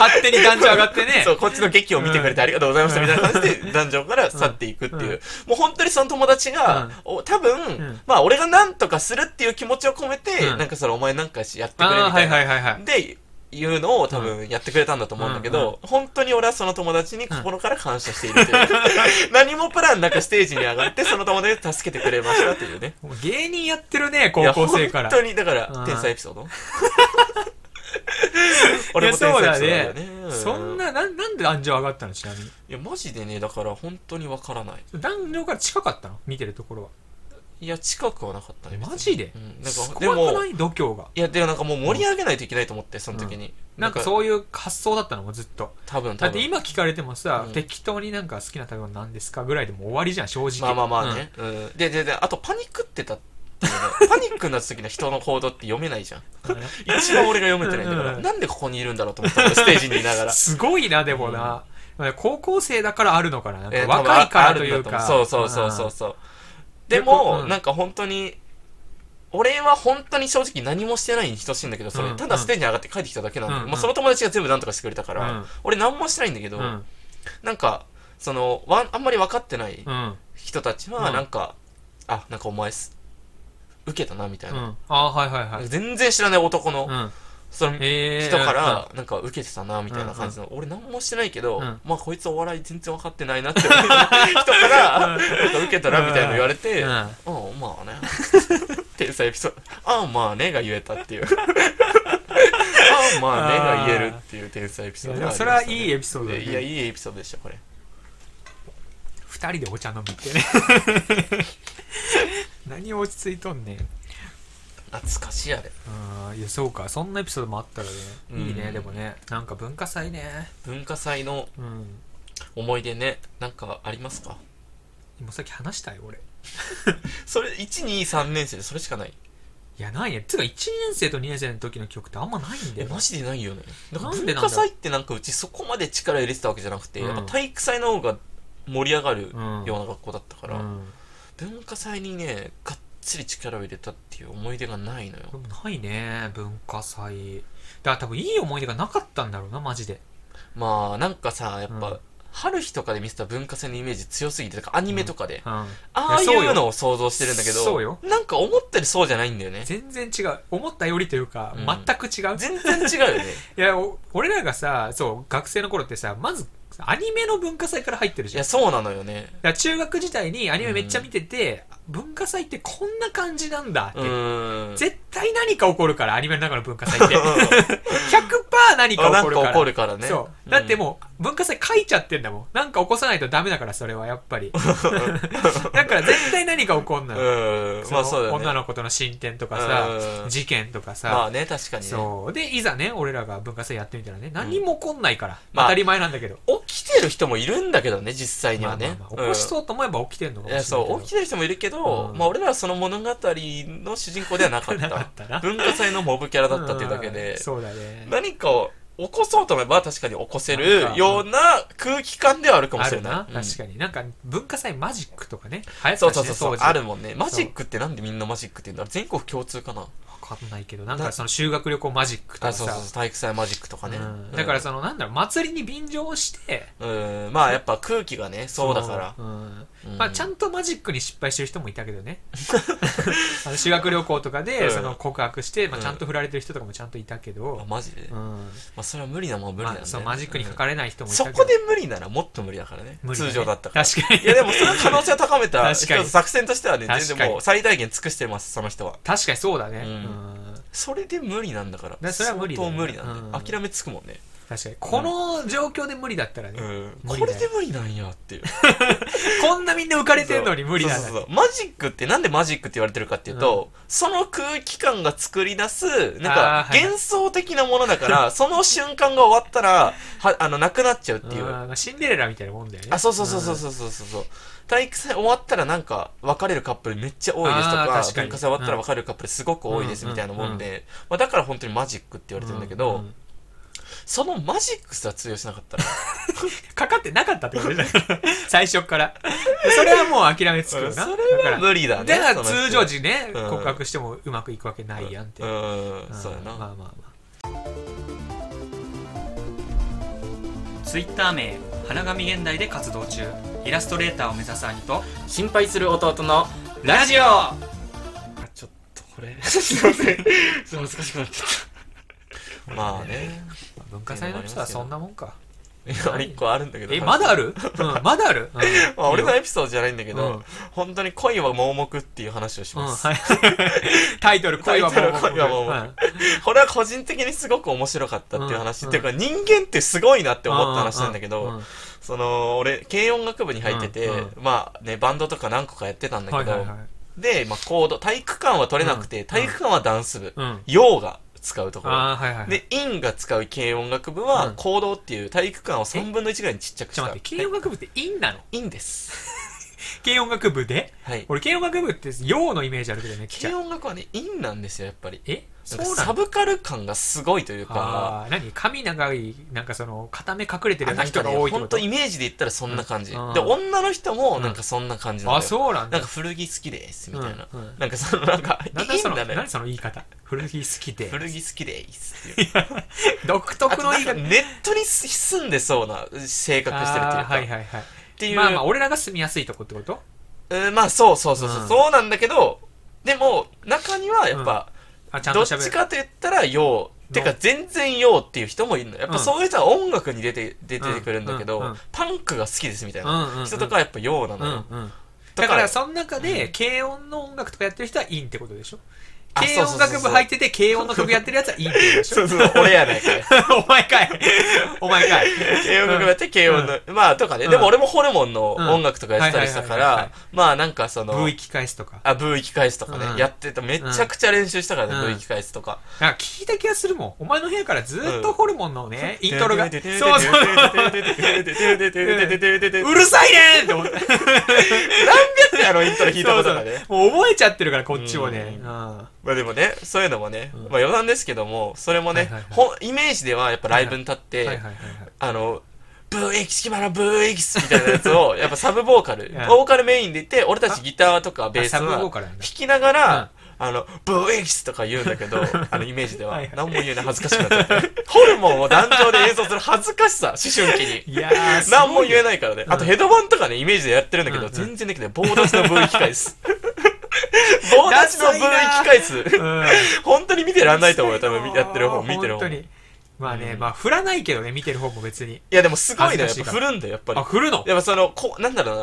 [SPEAKER 1] 勝手に団長上がってね。
[SPEAKER 2] そう、こっちの劇を見てくれてありがとうございましたみたいな感じで、男女から去っていくっていう。もう本当にその友達
[SPEAKER 1] う
[SPEAKER 2] が
[SPEAKER 1] ん、
[SPEAKER 2] お多分、
[SPEAKER 1] ん
[SPEAKER 2] まあ俺が何とかするっていう気持ちを込めて、
[SPEAKER 1] うん
[SPEAKER 2] なんかそれお前なんかしやってくれみ
[SPEAKER 1] あーは
[SPEAKER 2] た
[SPEAKER 1] い
[SPEAKER 2] いな。
[SPEAKER 1] はいはいはい。
[SPEAKER 2] で、いうのを多分やってくれたんだと思うんだけ
[SPEAKER 1] うん
[SPEAKER 2] ど、本当に俺はその友達に心から感謝しているという。 何もプランなくステージに上がって、その友達が助けてくれましたっていうね。
[SPEAKER 1] もう芸人やってるね、 高校生から。
[SPEAKER 2] いや本当に、だか
[SPEAKER 1] う
[SPEAKER 2] ら、
[SPEAKER 1] ん
[SPEAKER 2] 天才エピソ ード
[SPEAKER 1] い
[SPEAKER 2] 俺
[SPEAKER 1] や
[SPEAKER 2] も天
[SPEAKER 1] そう
[SPEAKER 2] 才エピ
[SPEAKER 1] だ
[SPEAKER 2] ソードだよ
[SPEAKER 1] ね
[SPEAKER 2] ね。。
[SPEAKER 1] そんな、なんなんで壇上上がったのちなみに。
[SPEAKER 2] いや、マジでね、だから本当にわからない。
[SPEAKER 1] 壇上から近かったの見てるところは。
[SPEAKER 2] いや、近くはなかったね。別に
[SPEAKER 1] マジで
[SPEAKER 2] うん、なん
[SPEAKER 1] す
[SPEAKER 2] か、で
[SPEAKER 1] ごく
[SPEAKER 2] も
[SPEAKER 1] な、い度胸が。
[SPEAKER 2] いや、でもなんかもう盛り上げないといけないと思って、その時に。
[SPEAKER 1] なんかそういう発想だったのもずっと。
[SPEAKER 2] 多分、
[SPEAKER 1] だ
[SPEAKER 2] 多
[SPEAKER 1] って
[SPEAKER 2] 分。
[SPEAKER 1] 今聞かれてもさ、
[SPEAKER 2] うん
[SPEAKER 1] 適当になんか好きな食べ物なんですかぐらいでもう終わりじゃん、正直。
[SPEAKER 2] まあまあまあね。うん。で、で、で、あとパニックってたっていうね パニックになった時の人の行動って読めないじゃん。
[SPEAKER 1] うん。うん
[SPEAKER 2] 一番俺が読めてないんだか
[SPEAKER 1] う
[SPEAKER 2] ら、
[SPEAKER 1] ん
[SPEAKER 2] なんでここにいるんだろうと思ったのステージにいながら。
[SPEAKER 1] すごいな、でもな。高校生だからあるのかな。なんか
[SPEAKER 2] えー多分
[SPEAKER 1] 若いからという
[SPEAKER 2] あ
[SPEAKER 1] か。
[SPEAKER 2] るんだと思そうそうそうそうそう。で
[SPEAKER 1] でこ
[SPEAKER 2] も、
[SPEAKER 1] うん
[SPEAKER 2] なんか本当に、俺は本当に正直何もしてないに等しいんだけど、それ、
[SPEAKER 1] うん
[SPEAKER 2] ただステージに上がって帰ってきただけなんで、
[SPEAKER 1] うん
[SPEAKER 2] まあ、その友達が全部何とかしてくれたから、
[SPEAKER 1] うん
[SPEAKER 2] 俺何もしてないんだけど、
[SPEAKER 1] うん。うん。
[SPEAKER 2] なんか、そのわん、あんまり分かってない
[SPEAKER 1] うん。
[SPEAKER 2] 人たちは、
[SPEAKER 1] うん
[SPEAKER 2] なんか、あ、なんかお前す、受けたな、みたいうな。
[SPEAKER 1] ん。ああ、はいはいはい。
[SPEAKER 2] 全然知らない男の、
[SPEAKER 1] うん。
[SPEAKER 2] その
[SPEAKER 3] へえ
[SPEAKER 2] 人から、なんか受けてたな、みたいな感じの、俺何もしてないけど、
[SPEAKER 3] ん
[SPEAKER 2] まあこいつお笑い全然分かってないなって 人から、なんか受けたらみたいなの言われて、
[SPEAKER 3] う
[SPEAKER 2] うんん、まあね。天才エピソード。ああ、まあねが言えたっていう。ああ、まあねが言えるっていう天才エピソード
[SPEAKER 1] で
[SPEAKER 2] が
[SPEAKER 1] も
[SPEAKER 2] ありまし
[SPEAKER 1] そ
[SPEAKER 2] た
[SPEAKER 1] れ
[SPEAKER 2] ね、
[SPEAKER 1] はいいエピソードだ
[SPEAKER 2] いや、
[SPEAKER 1] ね
[SPEAKER 2] いいエピソードでした、これ。
[SPEAKER 1] 二人でお茶飲むってね 何落ち着いとんねん
[SPEAKER 2] 懐かしいあれ。
[SPEAKER 1] あーいやそうかそんなエピソードもあったらねいいね、
[SPEAKER 2] うん
[SPEAKER 1] でもねなんか文化祭ね
[SPEAKER 2] 文化祭の
[SPEAKER 1] うん
[SPEAKER 2] 思い出ね、なんかありますか
[SPEAKER 1] もうさっき話したよ俺
[SPEAKER 2] それ、1、2、3年生でそれしかない。
[SPEAKER 1] いやないねつうか1年生と2年生の時の曲ってあんまないんだ
[SPEAKER 2] え、
[SPEAKER 1] よな
[SPEAKER 2] マジでないよね。だから
[SPEAKER 1] なんで
[SPEAKER 2] 文
[SPEAKER 1] なんだろう
[SPEAKER 2] 化祭ってなんかうちそこまで力入れてたわけじゃなくて、
[SPEAKER 1] うん
[SPEAKER 2] やっぱ体育祭の方が盛り上がるよう
[SPEAKER 1] うん
[SPEAKER 2] な学校だったから、
[SPEAKER 1] うん
[SPEAKER 2] 文化祭にね、がっつり力を入れたっていう思い出がないのよ。
[SPEAKER 1] でもないね文化祭だから多分いい思い出がなかったんだろうなマジで
[SPEAKER 2] まあ、なんかさ、やっぱ、
[SPEAKER 1] うん
[SPEAKER 2] 春日とかで見せた文化祭のイメージ強すぎて、だからアニメとかで、
[SPEAKER 1] うん
[SPEAKER 2] ああい
[SPEAKER 1] いやそうよ
[SPEAKER 2] うのを想像してるんだけど、
[SPEAKER 1] そうよ
[SPEAKER 2] なんか思ったよりそうじゃないんだよね。
[SPEAKER 1] 全然違う思ったよりというか、
[SPEAKER 2] うん
[SPEAKER 1] 全く違う
[SPEAKER 2] 全然 違うよね。
[SPEAKER 1] いやお俺らがさそう学生の頃ってさまずアニメの文化祭から入ってる
[SPEAKER 2] い
[SPEAKER 1] じゃん
[SPEAKER 2] や、そうなのよね。
[SPEAKER 1] だから中学時代にアニメめっちゃ見てて、文化祭ってこんな感じなんだって、
[SPEAKER 2] うーん。
[SPEAKER 1] 絶対何か起こるからアニメの中の文化 祭って100%何か
[SPEAKER 2] あな
[SPEAKER 1] 起こ
[SPEAKER 2] ん
[SPEAKER 1] る
[SPEAKER 2] か
[SPEAKER 1] から
[SPEAKER 2] 怒るからね。
[SPEAKER 1] そうだってもう文化祭書いちゃってんだもんなんか起こさないとダメだからそれはやっ ぱりだから絶対何か起こん
[SPEAKER 2] う
[SPEAKER 1] の
[SPEAKER 2] ん。
[SPEAKER 1] よ、
[SPEAKER 2] うん。まあそうだよね。
[SPEAKER 1] 女の子との進展とかさ、
[SPEAKER 2] うん
[SPEAKER 1] 事件とかさ、
[SPEAKER 2] まあね、確かにね。
[SPEAKER 1] そうでいざね俺らが文化祭やってみたらね何も起こんないから、
[SPEAKER 2] まあ
[SPEAKER 1] 当たり前なんだけど、
[SPEAKER 2] 起きてる人もいるんだけどね、実際に
[SPEAKER 1] ま
[SPEAKER 2] は
[SPEAKER 1] あまあ
[SPEAKER 2] ね
[SPEAKER 1] まあ。起こしそうと思えば起きてんの
[SPEAKER 2] う
[SPEAKER 1] か
[SPEAKER 2] ん
[SPEAKER 1] も
[SPEAKER 2] い
[SPEAKER 1] しれな
[SPEAKER 2] や、
[SPEAKER 1] いけど、
[SPEAKER 2] そう、起きてる人もいるけど
[SPEAKER 1] う、ん
[SPEAKER 2] まあ俺らはその物語の主人公ではなかっ。
[SPEAKER 1] なかったたな
[SPEAKER 2] 文化祭のモブキャラだったっていうだけ
[SPEAKER 1] うん
[SPEAKER 2] で、
[SPEAKER 1] そうだね
[SPEAKER 2] 何かを起こそうと思えば確かに起こせ
[SPEAKER 1] な
[SPEAKER 2] る
[SPEAKER 1] んか
[SPEAKER 2] ような空気感ではあるかも
[SPEAKER 1] あ
[SPEAKER 2] しれ
[SPEAKER 1] る
[SPEAKER 2] ない
[SPEAKER 1] な、。
[SPEAKER 2] うん
[SPEAKER 1] 確かになんか文化祭マジックとかね流行ってたし、
[SPEAKER 2] そ
[SPEAKER 1] ね、
[SPEAKER 2] うそうそうそう、
[SPEAKER 1] 当時
[SPEAKER 2] あるもんね。マジックってなんでみんなマジックって言うんだろう全国共通かな。
[SPEAKER 1] わかんないけどなんかその修学旅行マジックと
[SPEAKER 2] あ、
[SPEAKER 1] か
[SPEAKER 2] そう
[SPEAKER 1] さ
[SPEAKER 2] そうそう、体育祭マジックとかね
[SPEAKER 1] う。んだから
[SPEAKER 2] さ、
[SPEAKER 1] そのなんだろう祭りに便乗して
[SPEAKER 2] うん、まあやっぱ空気がね、そうだから。
[SPEAKER 1] そのうん
[SPEAKER 2] うん
[SPEAKER 1] まあ、ちゃんとマジックに失敗してる人もいたけ どねあの修学旅行とか
[SPEAKER 2] う
[SPEAKER 1] で
[SPEAKER 2] ん
[SPEAKER 1] その告白して、まあ、
[SPEAKER 2] うん
[SPEAKER 1] ちゃんと振られてる人とかもちゃんといたけ
[SPEAKER 2] あ
[SPEAKER 1] ど、
[SPEAKER 2] マジで。
[SPEAKER 1] う
[SPEAKER 2] ま
[SPEAKER 1] ん
[SPEAKER 2] あそれは無理なもんは無理なん
[SPEAKER 1] ま
[SPEAKER 2] だ
[SPEAKER 1] あ
[SPEAKER 2] よ
[SPEAKER 1] そう
[SPEAKER 2] ね
[SPEAKER 1] マジックにかかれない人もいた
[SPEAKER 2] そ
[SPEAKER 1] けど
[SPEAKER 2] こで無理ならもっと無理だからね。
[SPEAKER 1] 無理だね
[SPEAKER 2] 通常だったから。
[SPEAKER 1] 確かに
[SPEAKER 2] いやでもそれは可能性を高めた
[SPEAKER 1] 確かに
[SPEAKER 2] 一つ作戦としてはね、
[SPEAKER 1] 確かに
[SPEAKER 2] 全然もう最大限尽くしてます、その人は。
[SPEAKER 1] 確かにそうだね、
[SPEAKER 2] う
[SPEAKER 1] うんん
[SPEAKER 2] それで無理なんだから。
[SPEAKER 1] ねそれは無理だ
[SPEAKER 2] 相
[SPEAKER 1] よね
[SPEAKER 2] 当無理なん
[SPEAKER 1] う
[SPEAKER 2] だよ。
[SPEAKER 1] ん
[SPEAKER 2] 諦めつくもんね。
[SPEAKER 1] 確かにこの状況で無理だったらね、
[SPEAKER 2] うん。
[SPEAKER 1] 無
[SPEAKER 2] こ
[SPEAKER 1] 理だよ
[SPEAKER 2] れで無理なんやっていう。
[SPEAKER 1] こんなみんな浮かれてんのに無理だ
[SPEAKER 2] そうそう
[SPEAKER 1] な
[SPEAKER 2] そうマジックってなんでマジックって言われてるかっていうと、その空気感が作り出す、なん
[SPEAKER 1] あ
[SPEAKER 2] か
[SPEAKER 1] ーはい
[SPEAKER 2] 幻想的なものだから、その瞬間が終わったら、は、あの、なくなっちゃうっていう。
[SPEAKER 1] うんシンデレラみたいなもんだよね
[SPEAKER 2] あ、そうそうそうそうそうそうそうそう。体育祭終わったらなんか別れるカップルめっちゃ多いですとか
[SPEAKER 1] あー確かに
[SPEAKER 2] 文化祭終わったら別れるカップルすごく多いですみたいなもんで、まあ、だから本当にマジックって言われてるんだけど、
[SPEAKER 1] ううん
[SPEAKER 2] そのマジックすら通用しなかったら
[SPEAKER 1] かかってなかったってことだから 最初からそれはもう諦めつ
[SPEAKER 2] そ
[SPEAKER 1] く
[SPEAKER 2] れ
[SPEAKER 1] よな
[SPEAKER 2] は無理だね
[SPEAKER 1] だから
[SPEAKER 2] その人
[SPEAKER 1] 通常時ね、
[SPEAKER 2] うん
[SPEAKER 1] 告白してもうまくいくわけないやんって、
[SPEAKER 2] う
[SPEAKER 1] うん
[SPEAKER 2] ん、そうや
[SPEAKER 1] ま
[SPEAKER 2] な、
[SPEAKER 1] あまあま
[SPEAKER 3] ツイッター名花神現代で活動中イラストレーターを目指す兄と
[SPEAKER 2] 心配する弟の
[SPEAKER 3] ラジオ
[SPEAKER 2] ちょっとこれすいませんちょっと難しくなっちゃったまあね
[SPEAKER 1] あ文化祭の人はそんなもんか
[SPEAKER 2] いや俺一個あるんだけど
[SPEAKER 1] えまだある、うん、まだある、うん
[SPEAKER 2] まあ、俺のエピソードじゃないんだけど、
[SPEAKER 1] うん
[SPEAKER 2] 本当に恋は盲目っていう話をし
[SPEAKER 1] うん
[SPEAKER 2] ます、
[SPEAKER 1] はい、 タイトル「恋はもう
[SPEAKER 2] タイトル恋はもうこれは個人的にすごく面白かったっていう話、
[SPEAKER 1] うん
[SPEAKER 2] っていうか人間ってすごいなって思った話なんだけど、
[SPEAKER 1] うんうん
[SPEAKER 2] その俺軽音楽部に入ってて、
[SPEAKER 1] うんうん
[SPEAKER 2] まあねバンドとか何個かやってたんだけど、
[SPEAKER 1] はいはいはい
[SPEAKER 2] で、まあ、コード体育館は取れなくて、
[SPEAKER 1] うん
[SPEAKER 2] 体育館はダンス部、
[SPEAKER 1] うん
[SPEAKER 2] 洋が使うところ
[SPEAKER 1] あーはいはいはい
[SPEAKER 2] で陰が使う軽音楽部
[SPEAKER 1] う
[SPEAKER 2] は
[SPEAKER 1] ん
[SPEAKER 2] コードっていう体育館を3分の1ぐらいにちっちゃくし
[SPEAKER 1] ちょっ
[SPEAKER 2] た
[SPEAKER 1] と待って軽音楽部って陰なの
[SPEAKER 2] 陰です
[SPEAKER 1] 軽音楽部で
[SPEAKER 2] はい
[SPEAKER 1] 俺軽音楽部って陽のイメージあるけどね
[SPEAKER 2] 軽音楽はね陰なんですよやっぱり
[SPEAKER 1] え
[SPEAKER 2] な
[SPEAKER 1] そ
[SPEAKER 2] んか
[SPEAKER 1] うな
[SPEAKER 2] サ
[SPEAKER 1] の
[SPEAKER 2] ブカル感がすごいというか
[SPEAKER 1] あー何髪長いなんかその片目隠れてるような
[SPEAKER 2] なん
[SPEAKER 1] 人
[SPEAKER 2] か
[SPEAKER 1] が
[SPEAKER 2] ね
[SPEAKER 1] 多いって
[SPEAKER 2] ほ
[SPEAKER 1] こ
[SPEAKER 2] んと
[SPEAKER 1] と
[SPEAKER 2] イメージで言ったらそんな感じ、
[SPEAKER 1] うん
[SPEAKER 2] で女の人もなんかそんな感じなんだよ、
[SPEAKER 1] あそうなん
[SPEAKER 2] な
[SPEAKER 1] だ
[SPEAKER 2] んか古着好きですみたいな、
[SPEAKER 1] うんうん
[SPEAKER 2] なんかそのなんか
[SPEAKER 1] なん
[SPEAKER 2] い
[SPEAKER 1] だ
[SPEAKER 2] いん
[SPEAKER 1] その
[SPEAKER 2] だね
[SPEAKER 1] 何その言い方古着好きで
[SPEAKER 2] 古着好きですっていう
[SPEAKER 1] 独特の
[SPEAKER 2] あ
[SPEAKER 1] 言い
[SPEAKER 2] と
[SPEAKER 1] 方
[SPEAKER 2] なんかネットに住んでそうな性格してるという
[SPEAKER 1] あー
[SPEAKER 2] か、
[SPEAKER 1] はいはいはい
[SPEAKER 2] っていう、
[SPEAKER 1] まあまあ俺らが住みやすいとこってこと
[SPEAKER 2] うんまあそうそうそうそう、
[SPEAKER 1] うん
[SPEAKER 2] そうなんだけどでも中にはやっぱ、
[SPEAKER 1] あちゃん
[SPEAKER 2] ど
[SPEAKER 1] と
[SPEAKER 2] っ
[SPEAKER 1] 喋
[SPEAKER 2] ち
[SPEAKER 1] る
[SPEAKER 2] かと言ったら陽てか全然よっていう人もいるのやっぱそういう人は音楽に出て出てくるんだけど、
[SPEAKER 1] うんうんうん
[SPEAKER 2] パンクが好きですみたいな、
[SPEAKER 1] うんうんうん
[SPEAKER 2] 人とかはやっぱようなのよ、
[SPEAKER 1] うんうん
[SPEAKER 2] だ
[SPEAKER 1] だ
[SPEAKER 2] か
[SPEAKER 1] かららその中で軽音の音楽とかやってる人はいいってことでしょ
[SPEAKER 2] あ
[SPEAKER 1] 軽音楽部入ってて軽音の曲やってるやつはいいってことでし
[SPEAKER 2] そ
[SPEAKER 1] ょ
[SPEAKER 2] うそう俺やないかい
[SPEAKER 1] お前かいお前かい
[SPEAKER 2] 軽音楽部やって軽音の、まあとかね、でも俺もホルモンの
[SPEAKER 1] うん
[SPEAKER 2] 音楽とかやってたりしたか
[SPEAKER 1] はいはいはい
[SPEAKER 2] ら
[SPEAKER 1] は
[SPEAKER 2] まあなんかその
[SPEAKER 1] 部位聞き返すとか
[SPEAKER 2] あブー行き返すとかね、
[SPEAKER 1] うん
[SPEAKER 2] やってためちゃくちゃ練習したからね、
[SPEAKER 1] うん
[SPEAKER 2] ブー行き返すとか、
[SPEAKER 1] なんか聞いた気がするもんお前の部屋からずっとホルモンのねイントロが
[SPEAKER 2] そ
[SPEAKER 1] そうう
[SPEAKER 2] そう
[SPEAKER 1] そううるさいねーって思って
[SPEAKER 2] あのイントロ弾いたことがね
[SPEAKER 1] そうそうもう覚えちゃってるからこっちもねう
[SPEAKER 2] う
[SPEAKER 1] んは
[SPEAKER 2] まあでもねそういうのもね、
[SPEAKER 1] ん
[SPEAKER 2] まあ余談ですけどもそれもね、
[SPEAKER 1] はいはいはい
[SPEAKER 2] ほんイメージではやっぱライブに立って、
[SPEAKER 1] いはいはいはい
[SPEAKER 2] あのブーエキスキマラブーエキスみたいなやつをやっぱサブボーカル
[SPEAKER 1] いや
[SPEAKER 2] ボーカルメインでいて俺たちギターとかベース
[SPEAKER 1] あサブボ
[SPEAKER 2] は
[SPEAKER 1] ーカルなん
[SPEAKER 2] 弾
[SPEAKER 1] だ
[SPEAKER 2] きながら、あのブーエキスとか言うんだけど あのイメージでは
[SPEAKER 1] はいはい
[SPEAKER 2] 何も言えない恥ずかしくなっちゃってホルモンを壇上で演奏する恥ずかしさ思春期に
[SPEAKER 1] いやーすごい
[SPEAKER 2] 何も言えないからね。あとヘドバンとかね、イメージでやってるんだけど、
[SPEAKER 1] うんうん
[SPEAKER 2] 全然できない。棒立ちの V 機返 す。棒立ちの V 機返す。
[SPEAKER 1] うん
[SPEAKER 2] 本当に見てらんないと思うよ、多分やってる方、見てる
[SPEAKER 1] 本当
[SPEAKER 2] 方。い
[SPEAKER 1] にまあねまあ振らないけどね見てる方も別に
[SPEAKER 2] やでもすごいね、やっ
[SPEAKER 1] 恥ず
[SPEAKER 2] ぱ
[SPEAKER 1] かしいか
[SPEAKER 2] 振
[SPEAKER 1] ら
[SPEAKER 2] るんだよ、やっぱり
[SPEAKER 1] あ。振る の
[SPEAKER 2] やっぱその、こう、なんだろ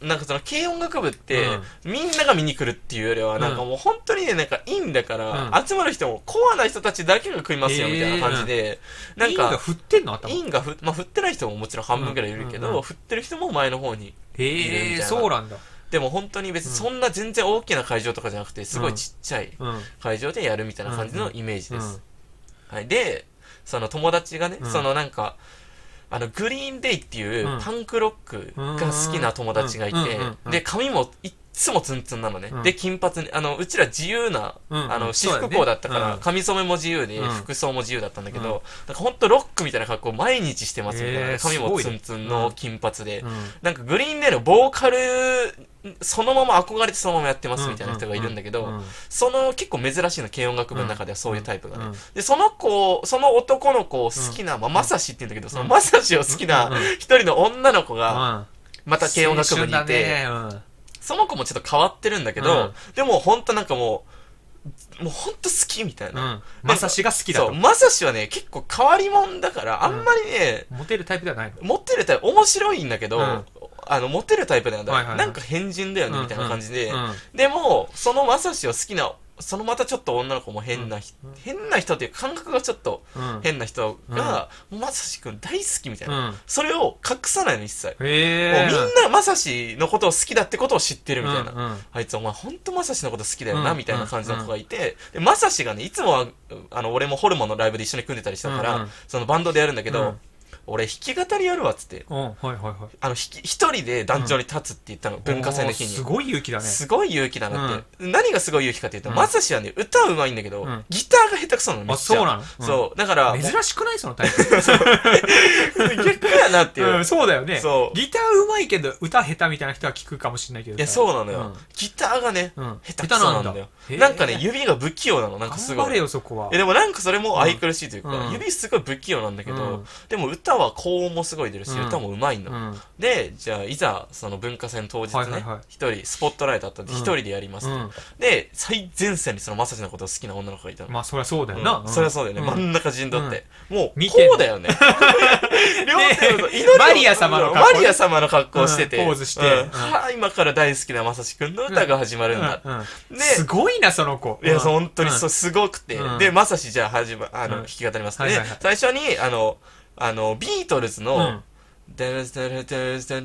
[SPEAKER 2] うな、なんかその、軽音楽部って、みんなが見に来るっていうよりは、なんかもう本当にね、なんかいいんだから、
[SPEAKER 1] う
[SPEAKER 2] 集まる人もコアな人たちだけが食いますよ、みたいな感じで、なん
[SPEAKER 1] インが
[SPEAKER 2] か、
[SPEAKER 1] 振ってんの頭
[SPEAKER 2] インがふ、まあ振ってない人ももちろん半分くらいいるけ
[SPEAKER 1] うんうんう
[SPEAKER 2] ど、
[SPEAKER 1] ん
[SPEAKER 2] 振ってる人も前の方にるみた
[SPEAKER 1] へ
[SPEAKER 2] い
[SPEAKER 1] え
[SPEAKER 2] な
[SPEAKER 1] そうなんだ
[SPEAKER 2] でも本当に別にそんな全然大きな会場とかじゃなくて、すごいちっちゃい
[SPEAKER 1] うん
[SPEAKER 2] 会場でやるみたいな感じのイメージ
[SPEAKER 1] う
[SPEAKER 2] で
[SPEAKER 1] ん
[SPEAKER 2] す。はい、で、その友達がね、
[SPEAKER 1] うん
[SPEAKER 2] そのなんか、あの、グリーンデイっていう
[SPEAKER 1] うん
[SPEAKER 2] パンクロックが好きな友達がいて
[SPEAKER 1] うんうんうんう、ん
[SPEAKER 2] で、髪もいっつもツンツンなのね
[SPEAKER 1] う。ん
[SPEAKER 2] で、金髪に、あの、うちら自由な、
[SPEAKER 1] うんうん
[SPEAKER 2] あの、私
[SPEAKER 1] そうだ
[SPEAKER 2] 服
[SPEAKER 1] ね
[SPEAKER 2] 校だったか
[SPEAKER 1] う
[SPEAKER 2] ら、
[SPEAKER 1] ん
[SPEAKER 2] 髪染めも自由で、
[SPEAKER 1] うん
[SPEAKER 2] 服装も自由だったんだけ
[SPEAKER 1] うん
[SPEAKER 2] ど、なんかほんとロックみたいな格好を毎日してますみたいな
[SPEAKER 1] へ
[SPEAKER 2] ね。
[SPEAKER 1] ー
[SPEAKER 2] 髪
[SPEAKER 1] す
[SPEAKER 2] も
[SPEAKER 1] ごい
[SPEAKER 2] ツ
[SPEAKER 1] ね
[SPEAKER 2] ンツンの金髪で。
[SPEAKER 1] うん
[SPEAKER 2] なんかグリーンデーのボーカルそのまま憧れてそのままやってますみたいな人がいるんだけ
[SPEAKER 1] う
[SPEAKER 2] ど
[SPEAKER 1] ん
[SPEAKER 2] その結構珍しいの軽音楽部の中ではそういうタイプがね、
[SPEAKER 1] うん
[SPEAKER 2] でその子その男の子を好きな、まあ、マサシって言うんだけどそのマサシを好きな
[SPEAKER 1] うんうん
[SPEAKER 2] 一人の女の子が
[SPEAKER 1] ま
[SPEAKER 2] また軽音楽部にいて、その子もちょっと変わってるんだけど、でもほんとなんかもうもうほんと好きみたいな、
[SPEAKER 1] まさしが好きだ
[SPEAKER 2] そう
[SPEAKER 1] と
[SPEAKER 2] マサシはね結構変わり者だからあんまりね、
[SPEAKER 1] モテるタイプではないの
[SPEAKER 2] モテるタイプ面白いんだけど、
[SPEAKER 1] うん
[SPEAKER 2] あのモテるタイプなんだ、
[SPEAKER 1] はいはいはい
[SPEAKER 2] なんか変人だよねみたいな感じで、
[SPEAKER 1] うんうん
[SPEAKER 2] でもそのまさしを好きなそのまたちょっと女の子も変な人、変な人っていう感覚がちょっと
[SPEAKER 1] うん
[SPEAKER 2] 変な人が、まさしくん大好きみたいな、
[SPEAKER 1] うん
[SPEAKER 2] それを隠さないの一切、
[SPEAKER 1] へ
[SPEAKER 2] もう
[SPEAKER 1] え
[SPEAKER 2] みんなまさしのことを好きだってことを知ってるみたいな、
[SPEAKER 1] うんうん
[SPEAKER 2] あいつお前ほんとまさしのこと好きだよな、
[SPEAKER 1] うん
[SPEAKER 2] みたいな感じの子がいて、で、まさしがね、いつもは、あの、俺もホルモンのライブで一緒に組んでたりしたから、
[SPEAKER 1] うんうん
[SPEAKER 2] そのバンドでやるんだけど、
[SPEAKER 1] うん
[SPEAKER 2] 俺弾き語りやるわ、っつって。
[SPEAKER 1] うんはいはいはい
[SPEAKER 2] あの、弾き一人で団長に立つって言ったの、文化祭の日
[SPEAKER 1] おー
[SPEAKER 2] に。
[SPEAKER 1] すごい勇気だね
[SPEAKER 2] すごい勇気だなって。何がすごい勇気かっていうと、まさしはね、歌うまいんだけど、
[SPEAKER 1] うん
[SPEAKER 2] ギターが下手くそなの、めっ
[SPEAKER 1] あ
[SPEAKER 2] ちゃ。
[SPEAKER 1] そうなのうん
[SPEAKER 2] そう。だから、もう
[SPEAKER 1] 珍しくないそのタイプ
[SPEAKER 2] 逆やなっていう。
[SPEAKER 1] うん、そうだよね
[SPEAKER 2] そう
[SPEAKER 1] ギターうまいけど歌下手みたいな人は聞くかもしれないけど
[SPEAKER 2] いや、そうなのよ。
[SPEAKER 1] ん
[SPEAKER 2] ギターがね、
[SPEAKER 1] うん
[SPEAKER 2] 下手くそなんだ
[SPEAKER 1] 下手
[SPEAKER 2] よ。
[SPEAKER 1] へー
[SPEAKER 2] なんかね、指が不器用なの、なんかす
[SPEAKER 1] 頑
[SPEAKER 2] ごい。
[SPEAKER 1] 張れよそこは
[SPEAKER 2] えでもなんかそれも愛くるしいというか、
[SPEAKER 1] うん
[SPEAKER 2] 指すごい不器用なんだけど、
[SPEAKER 1] うん
[SPEAKER 2] でも歌は高音もすごい出るし、
[SPEAKER 1] うん
[SPEAKER 2] 歌もうまいの、
[SPEAKER 1] うん
[SPEAKER 2] でじゃあいざその文化祭の当日
[SPEAKER 1] はいはい
[SPEAKER 2] ね
[SPEAKER 1] はい
[SPEAKER 2] 一、人スポットライトあったんで
[SPEAKER 1] う
[SPEAKER 2] 一
[SPEAKER 1] ん
[SPEAKER 2] 人でやりますと、で最前線にそのまさしのことを好きな女の子がいた
[SPEAKER 1] う
[SPEAKER 2] の、
[SPEAKER 1] んまあそりゃそうだよ
[SPEAKER 2] うん
[SPEAKER 1] な、
[SPEAKER 2] そりゃそうだよね、
[SPEAKER 1] ん
[SPEAKER 2] 真ん中陣取って、もう
[SPEAKER 1] 見てんの
[SPEAKER 2] こうだよね両手を祈りを
[SPEAKER 1] マリア様の格好
[SPEAKER 2] マリア様の格好をしてて、
[SPEAKER 1] うんポーズして
[SPEAKER 2] うん
[SPEAKER 1] うん
[SPEAKER 2] はあ今から大好きなまさしくんの歌が始まるんだ、
[SPEAKER 1] うんうん
[SPEAKER 2] ね
[SPEAKER 1] すごいなその子
[SPEAKER 2] いや、そう本当にそうう、すごくて。
[SPEAKER 1] うん
[SPEAKER 2] で、まさし、じゃあ、始ま、あの、
[SPEAKER 1] うん
[SPEAKER 2] 弾き語ります
[SPEAKER 1] はい
[SPEAKER 2] ね
[SPEAKER 1] はいはい。
[SPEAKER 2] 最初に、あの、あの、ビートルズ
[SPEAKER 1] んう
[SPEAKER 2] の
[SPEAKER 1] ん、
[SPEAKER 2] ダラスダラダラスダ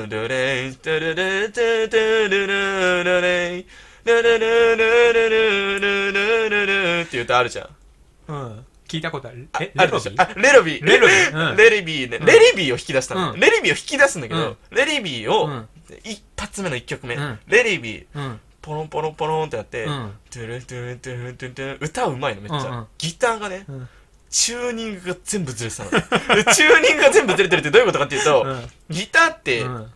[SPEAKER 2] ラドレイダラダラダラドラドレイダラダラダラドラドラっていう歌あるじゃん。
[SPEAKER 1] うん聞いたことあるえ
[SPEAKER 2] あ
[SPEAKER 1] レ
[SPEAKER 2] る
[SPEAKER 1] ロ
[SPEAKER 2] で
[SPEAKER 1] ビ
[SPEAKER 2] し
[SPEAKER 1] ー
[SPEAKER 2] ょあ、レロビー。
[SPEAKER 1] レロビーうん
[SPEAKER 2] レレビーね。
[SPEAKER 1] うん
[SPEAKER 2] レレビーを引き出したの。
[SPEAKER 1] うん
[SPEAKER 2] レレビーを引き出すんだけ
[SPEAKER 1] う
[SPEAKER 2] ど
[SPEAKER 1] ん、
[SPEAKER 2] レレビーを
[SPEAKER 1] うん、
[SPEAKER 2] 一発目の一曲目
[SPEAKER 1] うん。
[SPEAKER 2] レレビー、
[SPEAKER 1] うん
[SPEAKER 2] ポロンポロンポロンってやって
[SPEAKER 1] う、ん
[SPEAKER 2] トゥルトゥルトゥルトゥルトゥル歌うまいのめっちゃ、
[SPEAKER 1] うんうん
[SPEAKER 2] ギターがね
[SPEAKER 1] うん
[SPEAKER 2] チューニングが全部ずれてたのでチューニングが全部ずれてるってどういうことかっていうと、
[SPEAKER 1] うん
[SPEAKER 2] ギターって、
[SPEAKER 1] うん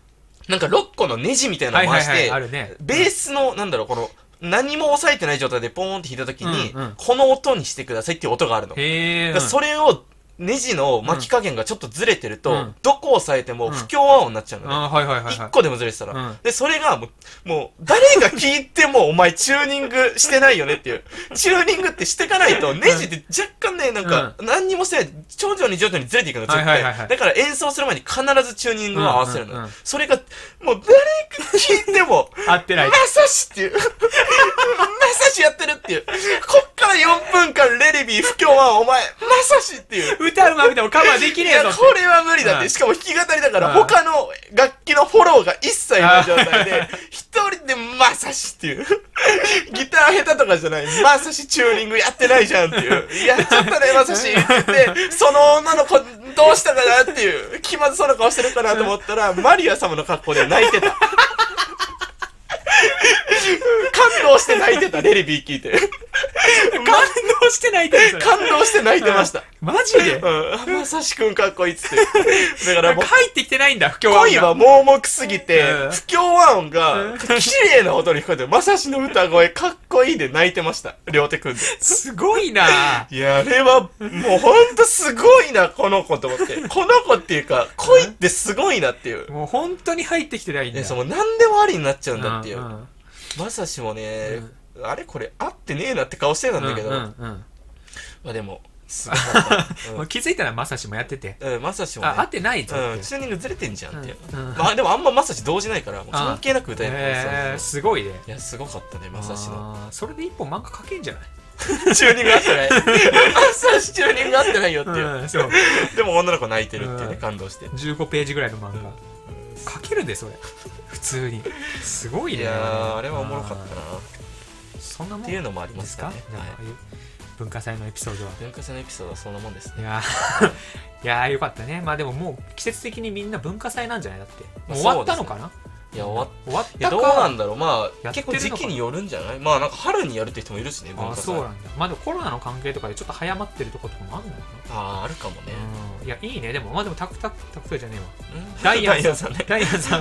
[SPEAKER 2] なんか6個のネジみたいなのを回して、
[SPEAKER 1] はいはいはいあるね
[SPEAKER 2] ベースのなんだろうこの何も押さえてない状態でポーンって弾いた時に、
[SPEAKER 1] うんうん
[SPEAKER 2] この音にしてくださいっていう音があるの、
[SPEAKER 1] へ
[SPEAKER 2] だ
[SPEAKER 1] え
[SPEAKER 2] からそれをネジの巻き加減がちょっとずれてると、
[SPEAKER 1] うん
[SPEAKER 2] どこ押さえても不協和音になっちゃうのね。
[SPEAKER 1] あーはいはいはい
[SPEAKER 2] 一
[SPEAKER 1] はい
[SPEAKER 2] 個でもずれてたら。
[SPEAKER 1] うん
[SPEAKER 2] で、それがもう、もう、誰が聞いても、お前チューニングしてないよねっていう。チューニングってしてかないと、ネジって若干ね、なんか、何にもしてない。徐々に徐々にずれていくの、絶対。
[SPEAKER 1] はいはいはいはい
[SPEAKER 2] だから演奏する前に必ずチューニングを合わせるのよ。
[SPEAKER 1] うんうんうん
[SPEAKER 2] それが、もう誰が聞いても、
[SPEAKER 1] 合ってない
[SPEAKER 2] まさしっていう。まさしやってるっていう。こっから4分間レレビー不協和音お前、まさしっていう。
[SPEAKER 1] 歌うまくてもカバーでき
[SPEAKER 2] い
[SPEAKER 1] ねえ
[SPEAKER 2] や、
[SPEAKER 1] ぞ
[SPEAKER 2] これは無理だっ
[SPEAKER 1] う
[SPEAKER 2] て。
[SPEAKER 1] ん
[SPEAKER 2] しかも弾き語りだから、
[SPEAKER 1] うん
[SPEAKER 2] 他の楽器のフォローが一切ない状 態で、一人でまさしっていう。 ギター下手とかじゃない。まさしチューニングやってないじゃんって いう。やっちゃったね、まさしって言って、その女の子どうしたかなっていう、気まずそうな顔してるかなと思ったら、マリア様の格好で泣いてた。 感動して泣いてた、レリビー聞い て。
[SPEAKER 1] 感動してないけどそれ
[SPEAKER 2] 感動して泣いてました。
[SPEAKER 1] マジで
[SPEAKER 2] うん、まさしくんかっこいいっつって。 だから僕
[SPEAKER 1] 入ってきてないんだ不協和音
[SPEAKER 2] 恋
[SPEAKER 1] が
[SPEAKER 2] は盲目すぎて
[SPEAKER 1] うん、
[SPEAKER 2] 不協和音が
[SPEAKER 1] うん、
[SPEAKER 2] 綺麗な音に聞こえて、まさしの歌声、かっこいいで泣いてました。両手組んで。
[SPEAKER 1] すごいない
[SPEAKER 2] や、あれは、もうほんとすごいな、この子と思って。 この子っていうか、恋ってすごいなっていう。
[SPEAKER 1] もう本当に入ってきてないんだ
[SPEAKER 2] ね、その、何でもありになっちゃうんだっていうう。
[SPEAKER 1] ん
[SPEAKER 2] まさしもね、あれこれ合ってねえなって顔してたんだけど、
[SPEAKER 1] うんうん
[SPEAKER 2] ま
[SPEAKER 1] うん
[SPEAKER 2] あでも、すごかった。
[SPEAKER 1] もう気づいたらまさしもやってて
[SPEAKER 2] うんうん、まさしもね
[SPEAKER 1] あ、合ってないぞ
[SPEAKER 2] う
[SPEAKER 1] っ
[SPEAKER 2] ん、
[SPEAKER 1] て
[SPEAKER 2] チューニングずれてんじゃんっていう。
[SPEAKER 1] うんうん
[SPEAKER 2] まあでもあんままさし動じないから、もう関係なく歌える
[SPEAKER 1] へ
[SPEAKER 2] から
[SPEAKER 1] ー
[SPEAKER 2] さ。
[SPEAKER 1] すごいね
[SPEAKER 2] いや、すごかったね、まさしの。
[SPEAKER 1] あーそれで一本漫画描けんじゃない
[SPEAKER 2] チューニング合ってない。 まさしチューニング合ってないよっていう。
[SPEAKER 1] うんそう
[SPEAKER 2] でも女の子泣いてるっていうね、
[SPEAKER 1] うん
[SPEAKER 2] 感動して。
[SPEAKER 1] 15ページぐらいの漫画描けるでそれ普通にすごい
[SPEAKER 2] い
[SPEAKER 1] ね
[SPEAKER 2] やー、あれはおもろかったな。
[SPEAKER 1] あーそんなもん
[SPEAKER 2] っていうのもありま
[SPEAKER 1] ですす
[SPEAKER 2] か
[SPEAKER 1] か
[SPEAKER 2] ね。
[SPEAKER 1] なん
[SPEAKER 2] は
[SPEAKER 1] かあ
[SPEAKER 2] い
[SPEAKER 1] あいう文化祭のエピソードは
[SPEAKER 2] 文化祭のエピソードはそんなもんです
[SPEAKER 1] い
[SPEAKER 2] ね。
[SPEAKER 1] やーい やーよかったねまあでももう季節的にみんな文化祭なんじゃないだって
[SPEAKER 2] まあ
[SPEAKER 1] もう終わったのかない
[SPEAKER 2] や、終わっ
[SPEAKER 1] 終わった
[SPEAKER 2] い
[SPEAKER 1] か
[SPEAKER 2] や、どうなんだろう。まあ、
[SPEAKER 1] やってるの
[SPEAKER 2] 結
[SPEAKER 1] か
[SPEAKER 2] 構時期によるんじゃないまあ、なんか春にやるって人もいるしね、文
[SPEAKER 1] あ
[SPEAKER 2] 化
[SPEAKER 1] あ
[SPEAKER 2] 祭
[SPEAKER 1] そう。なんだまあでもコロナの関係とかでちょっと早まってるとことかもあんのか
[SPEAKER 2] あー、あるかも
[SPEAKER 1] な、。
[SPEAKER 2] ね
[SPEAKER 1] うんいやいいねでもまあでもタクタクタクトじゃ ねえわ
[SPEAKER 2] うん
[SPEAKER 1] ダイアンさん
[SPEAKER 2] さんね。
[SPEAKER 1] ダイアンさん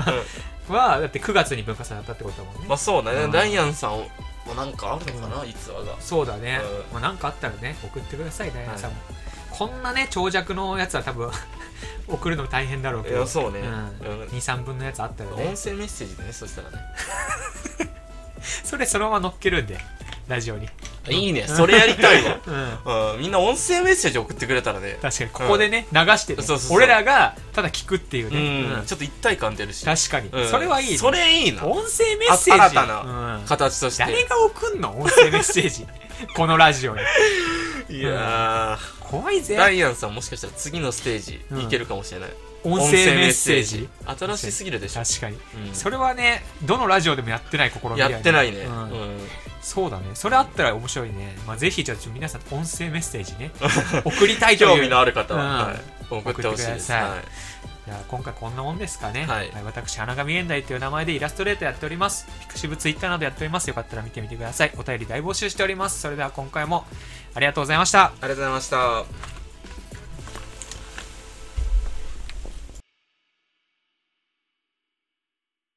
[SPEAKER 2] うん
[SPEAKER 1] はだって9月に文化祭だったってことだもんね、
[SPEAKER 2] まあそうだね、
[SPEAKER 1] うん
[SPEAKER 2] ダイアンさんを、まあ、なんかあるのかな、逸話が。
[SPEAKER 1] そうだね
[SPEAKER 2] う、ん
[SPEAKER 1] まあ、なんかあったらね送ってくださいダイアンさんも、こんなね長尺のやつは多分 送るの大変だろうけ
[SPEAKER 2] い
[SPEAKER 1] ど
[SPEAKER 2] や、そうね。
[SPEAKER 1] うん、
[SPEAKER 2] う
[SPEAKER 1] 23分のやつあったら
[SPEAKER 2] ん
[SPEAKER 1] ね
[SPEAKER 2] 音声メッセージでね、そしたらね。
[SPEAKER 1] それそのまま乗っけるんでラジオに、
[SPEAKER 2] いいね、それやりたいわ。
[SPEAKER 1] うん、
[SPEAKER 2] うん、みんな音声メッセージ送ってくれたらね、
[SPEAKER 1] 確かにここでね、流してね
[SPEAKER 2] そうそうそう
[SPEAKER 1] 俺らがただ聞くっていう
[SPEAKER 2] う
[SPEAKER 1] ね、うん
[SPEAKER 2] ん、ちょっと一体感出るし。
[SPEAKER 1] 確かに、
[SPEAKER 2] うん
[SPEAKER 1] それはいいね
[SPEAKER 2] それいいな。
[SPEAKER 1] 音声メッセージ
[SPEAKER 2] あ新たな
[SPEAKER 1] うん
[SPEAKER 2] 形として。
[SPEAKER 1] 誰が送んの音声メッセー ジこのラジオに
[SPEAKER 2] いや
[SPEAKER 1] 怖い
[SPEAKER 2] ー、ダ
[SPEAKER 1] ぜ
[SPEAKER 2] イアンさんもしかしたら次のステージ
[SPEAKER 1] うん
[SPEAKER 2] いけるかもしれない。
[SPEAKER 1] 音声メッセージ
[SPEAKER 2] 音声メッセージ新しすぎるでしょ。
[SPEAKER 1] 確かに、
[SPEAKER 2] うん
[SPEAKER 1] それはねどのラジオでもやってない心
[SPEAKER 2] やってないね。う
[SPEAKER 1] うん
[SPEAKER 2] ん
[SPEAKER 1] そうだねそれあったら面白いね、まあ、ぜひじゃあちょっと皆さん音声メッセージ ね送りたいという
[SPEAKER 2] 興味のある方
[SPEAKER 1] うん
[SPEAKER 2] ははい送ってほしい
[SPEAKER 1] 送ってくだ
[SPEAKER 2] です。
[SPEAKER 1] さい
[SPEAKER 2] はい
[SPEAKER 1] じゃあ今回こんなもんですかね、
[SPEAKER 2] はい
[SPEAKER 1] 私花神現代という名前でイラストレーターやっておりますピクシブツイッターなどやっておりますよかったら見てみてくださいお便り大募集しておりますそれでは今回もありがとうございました
[SPEAKER 2] ありがとうございました。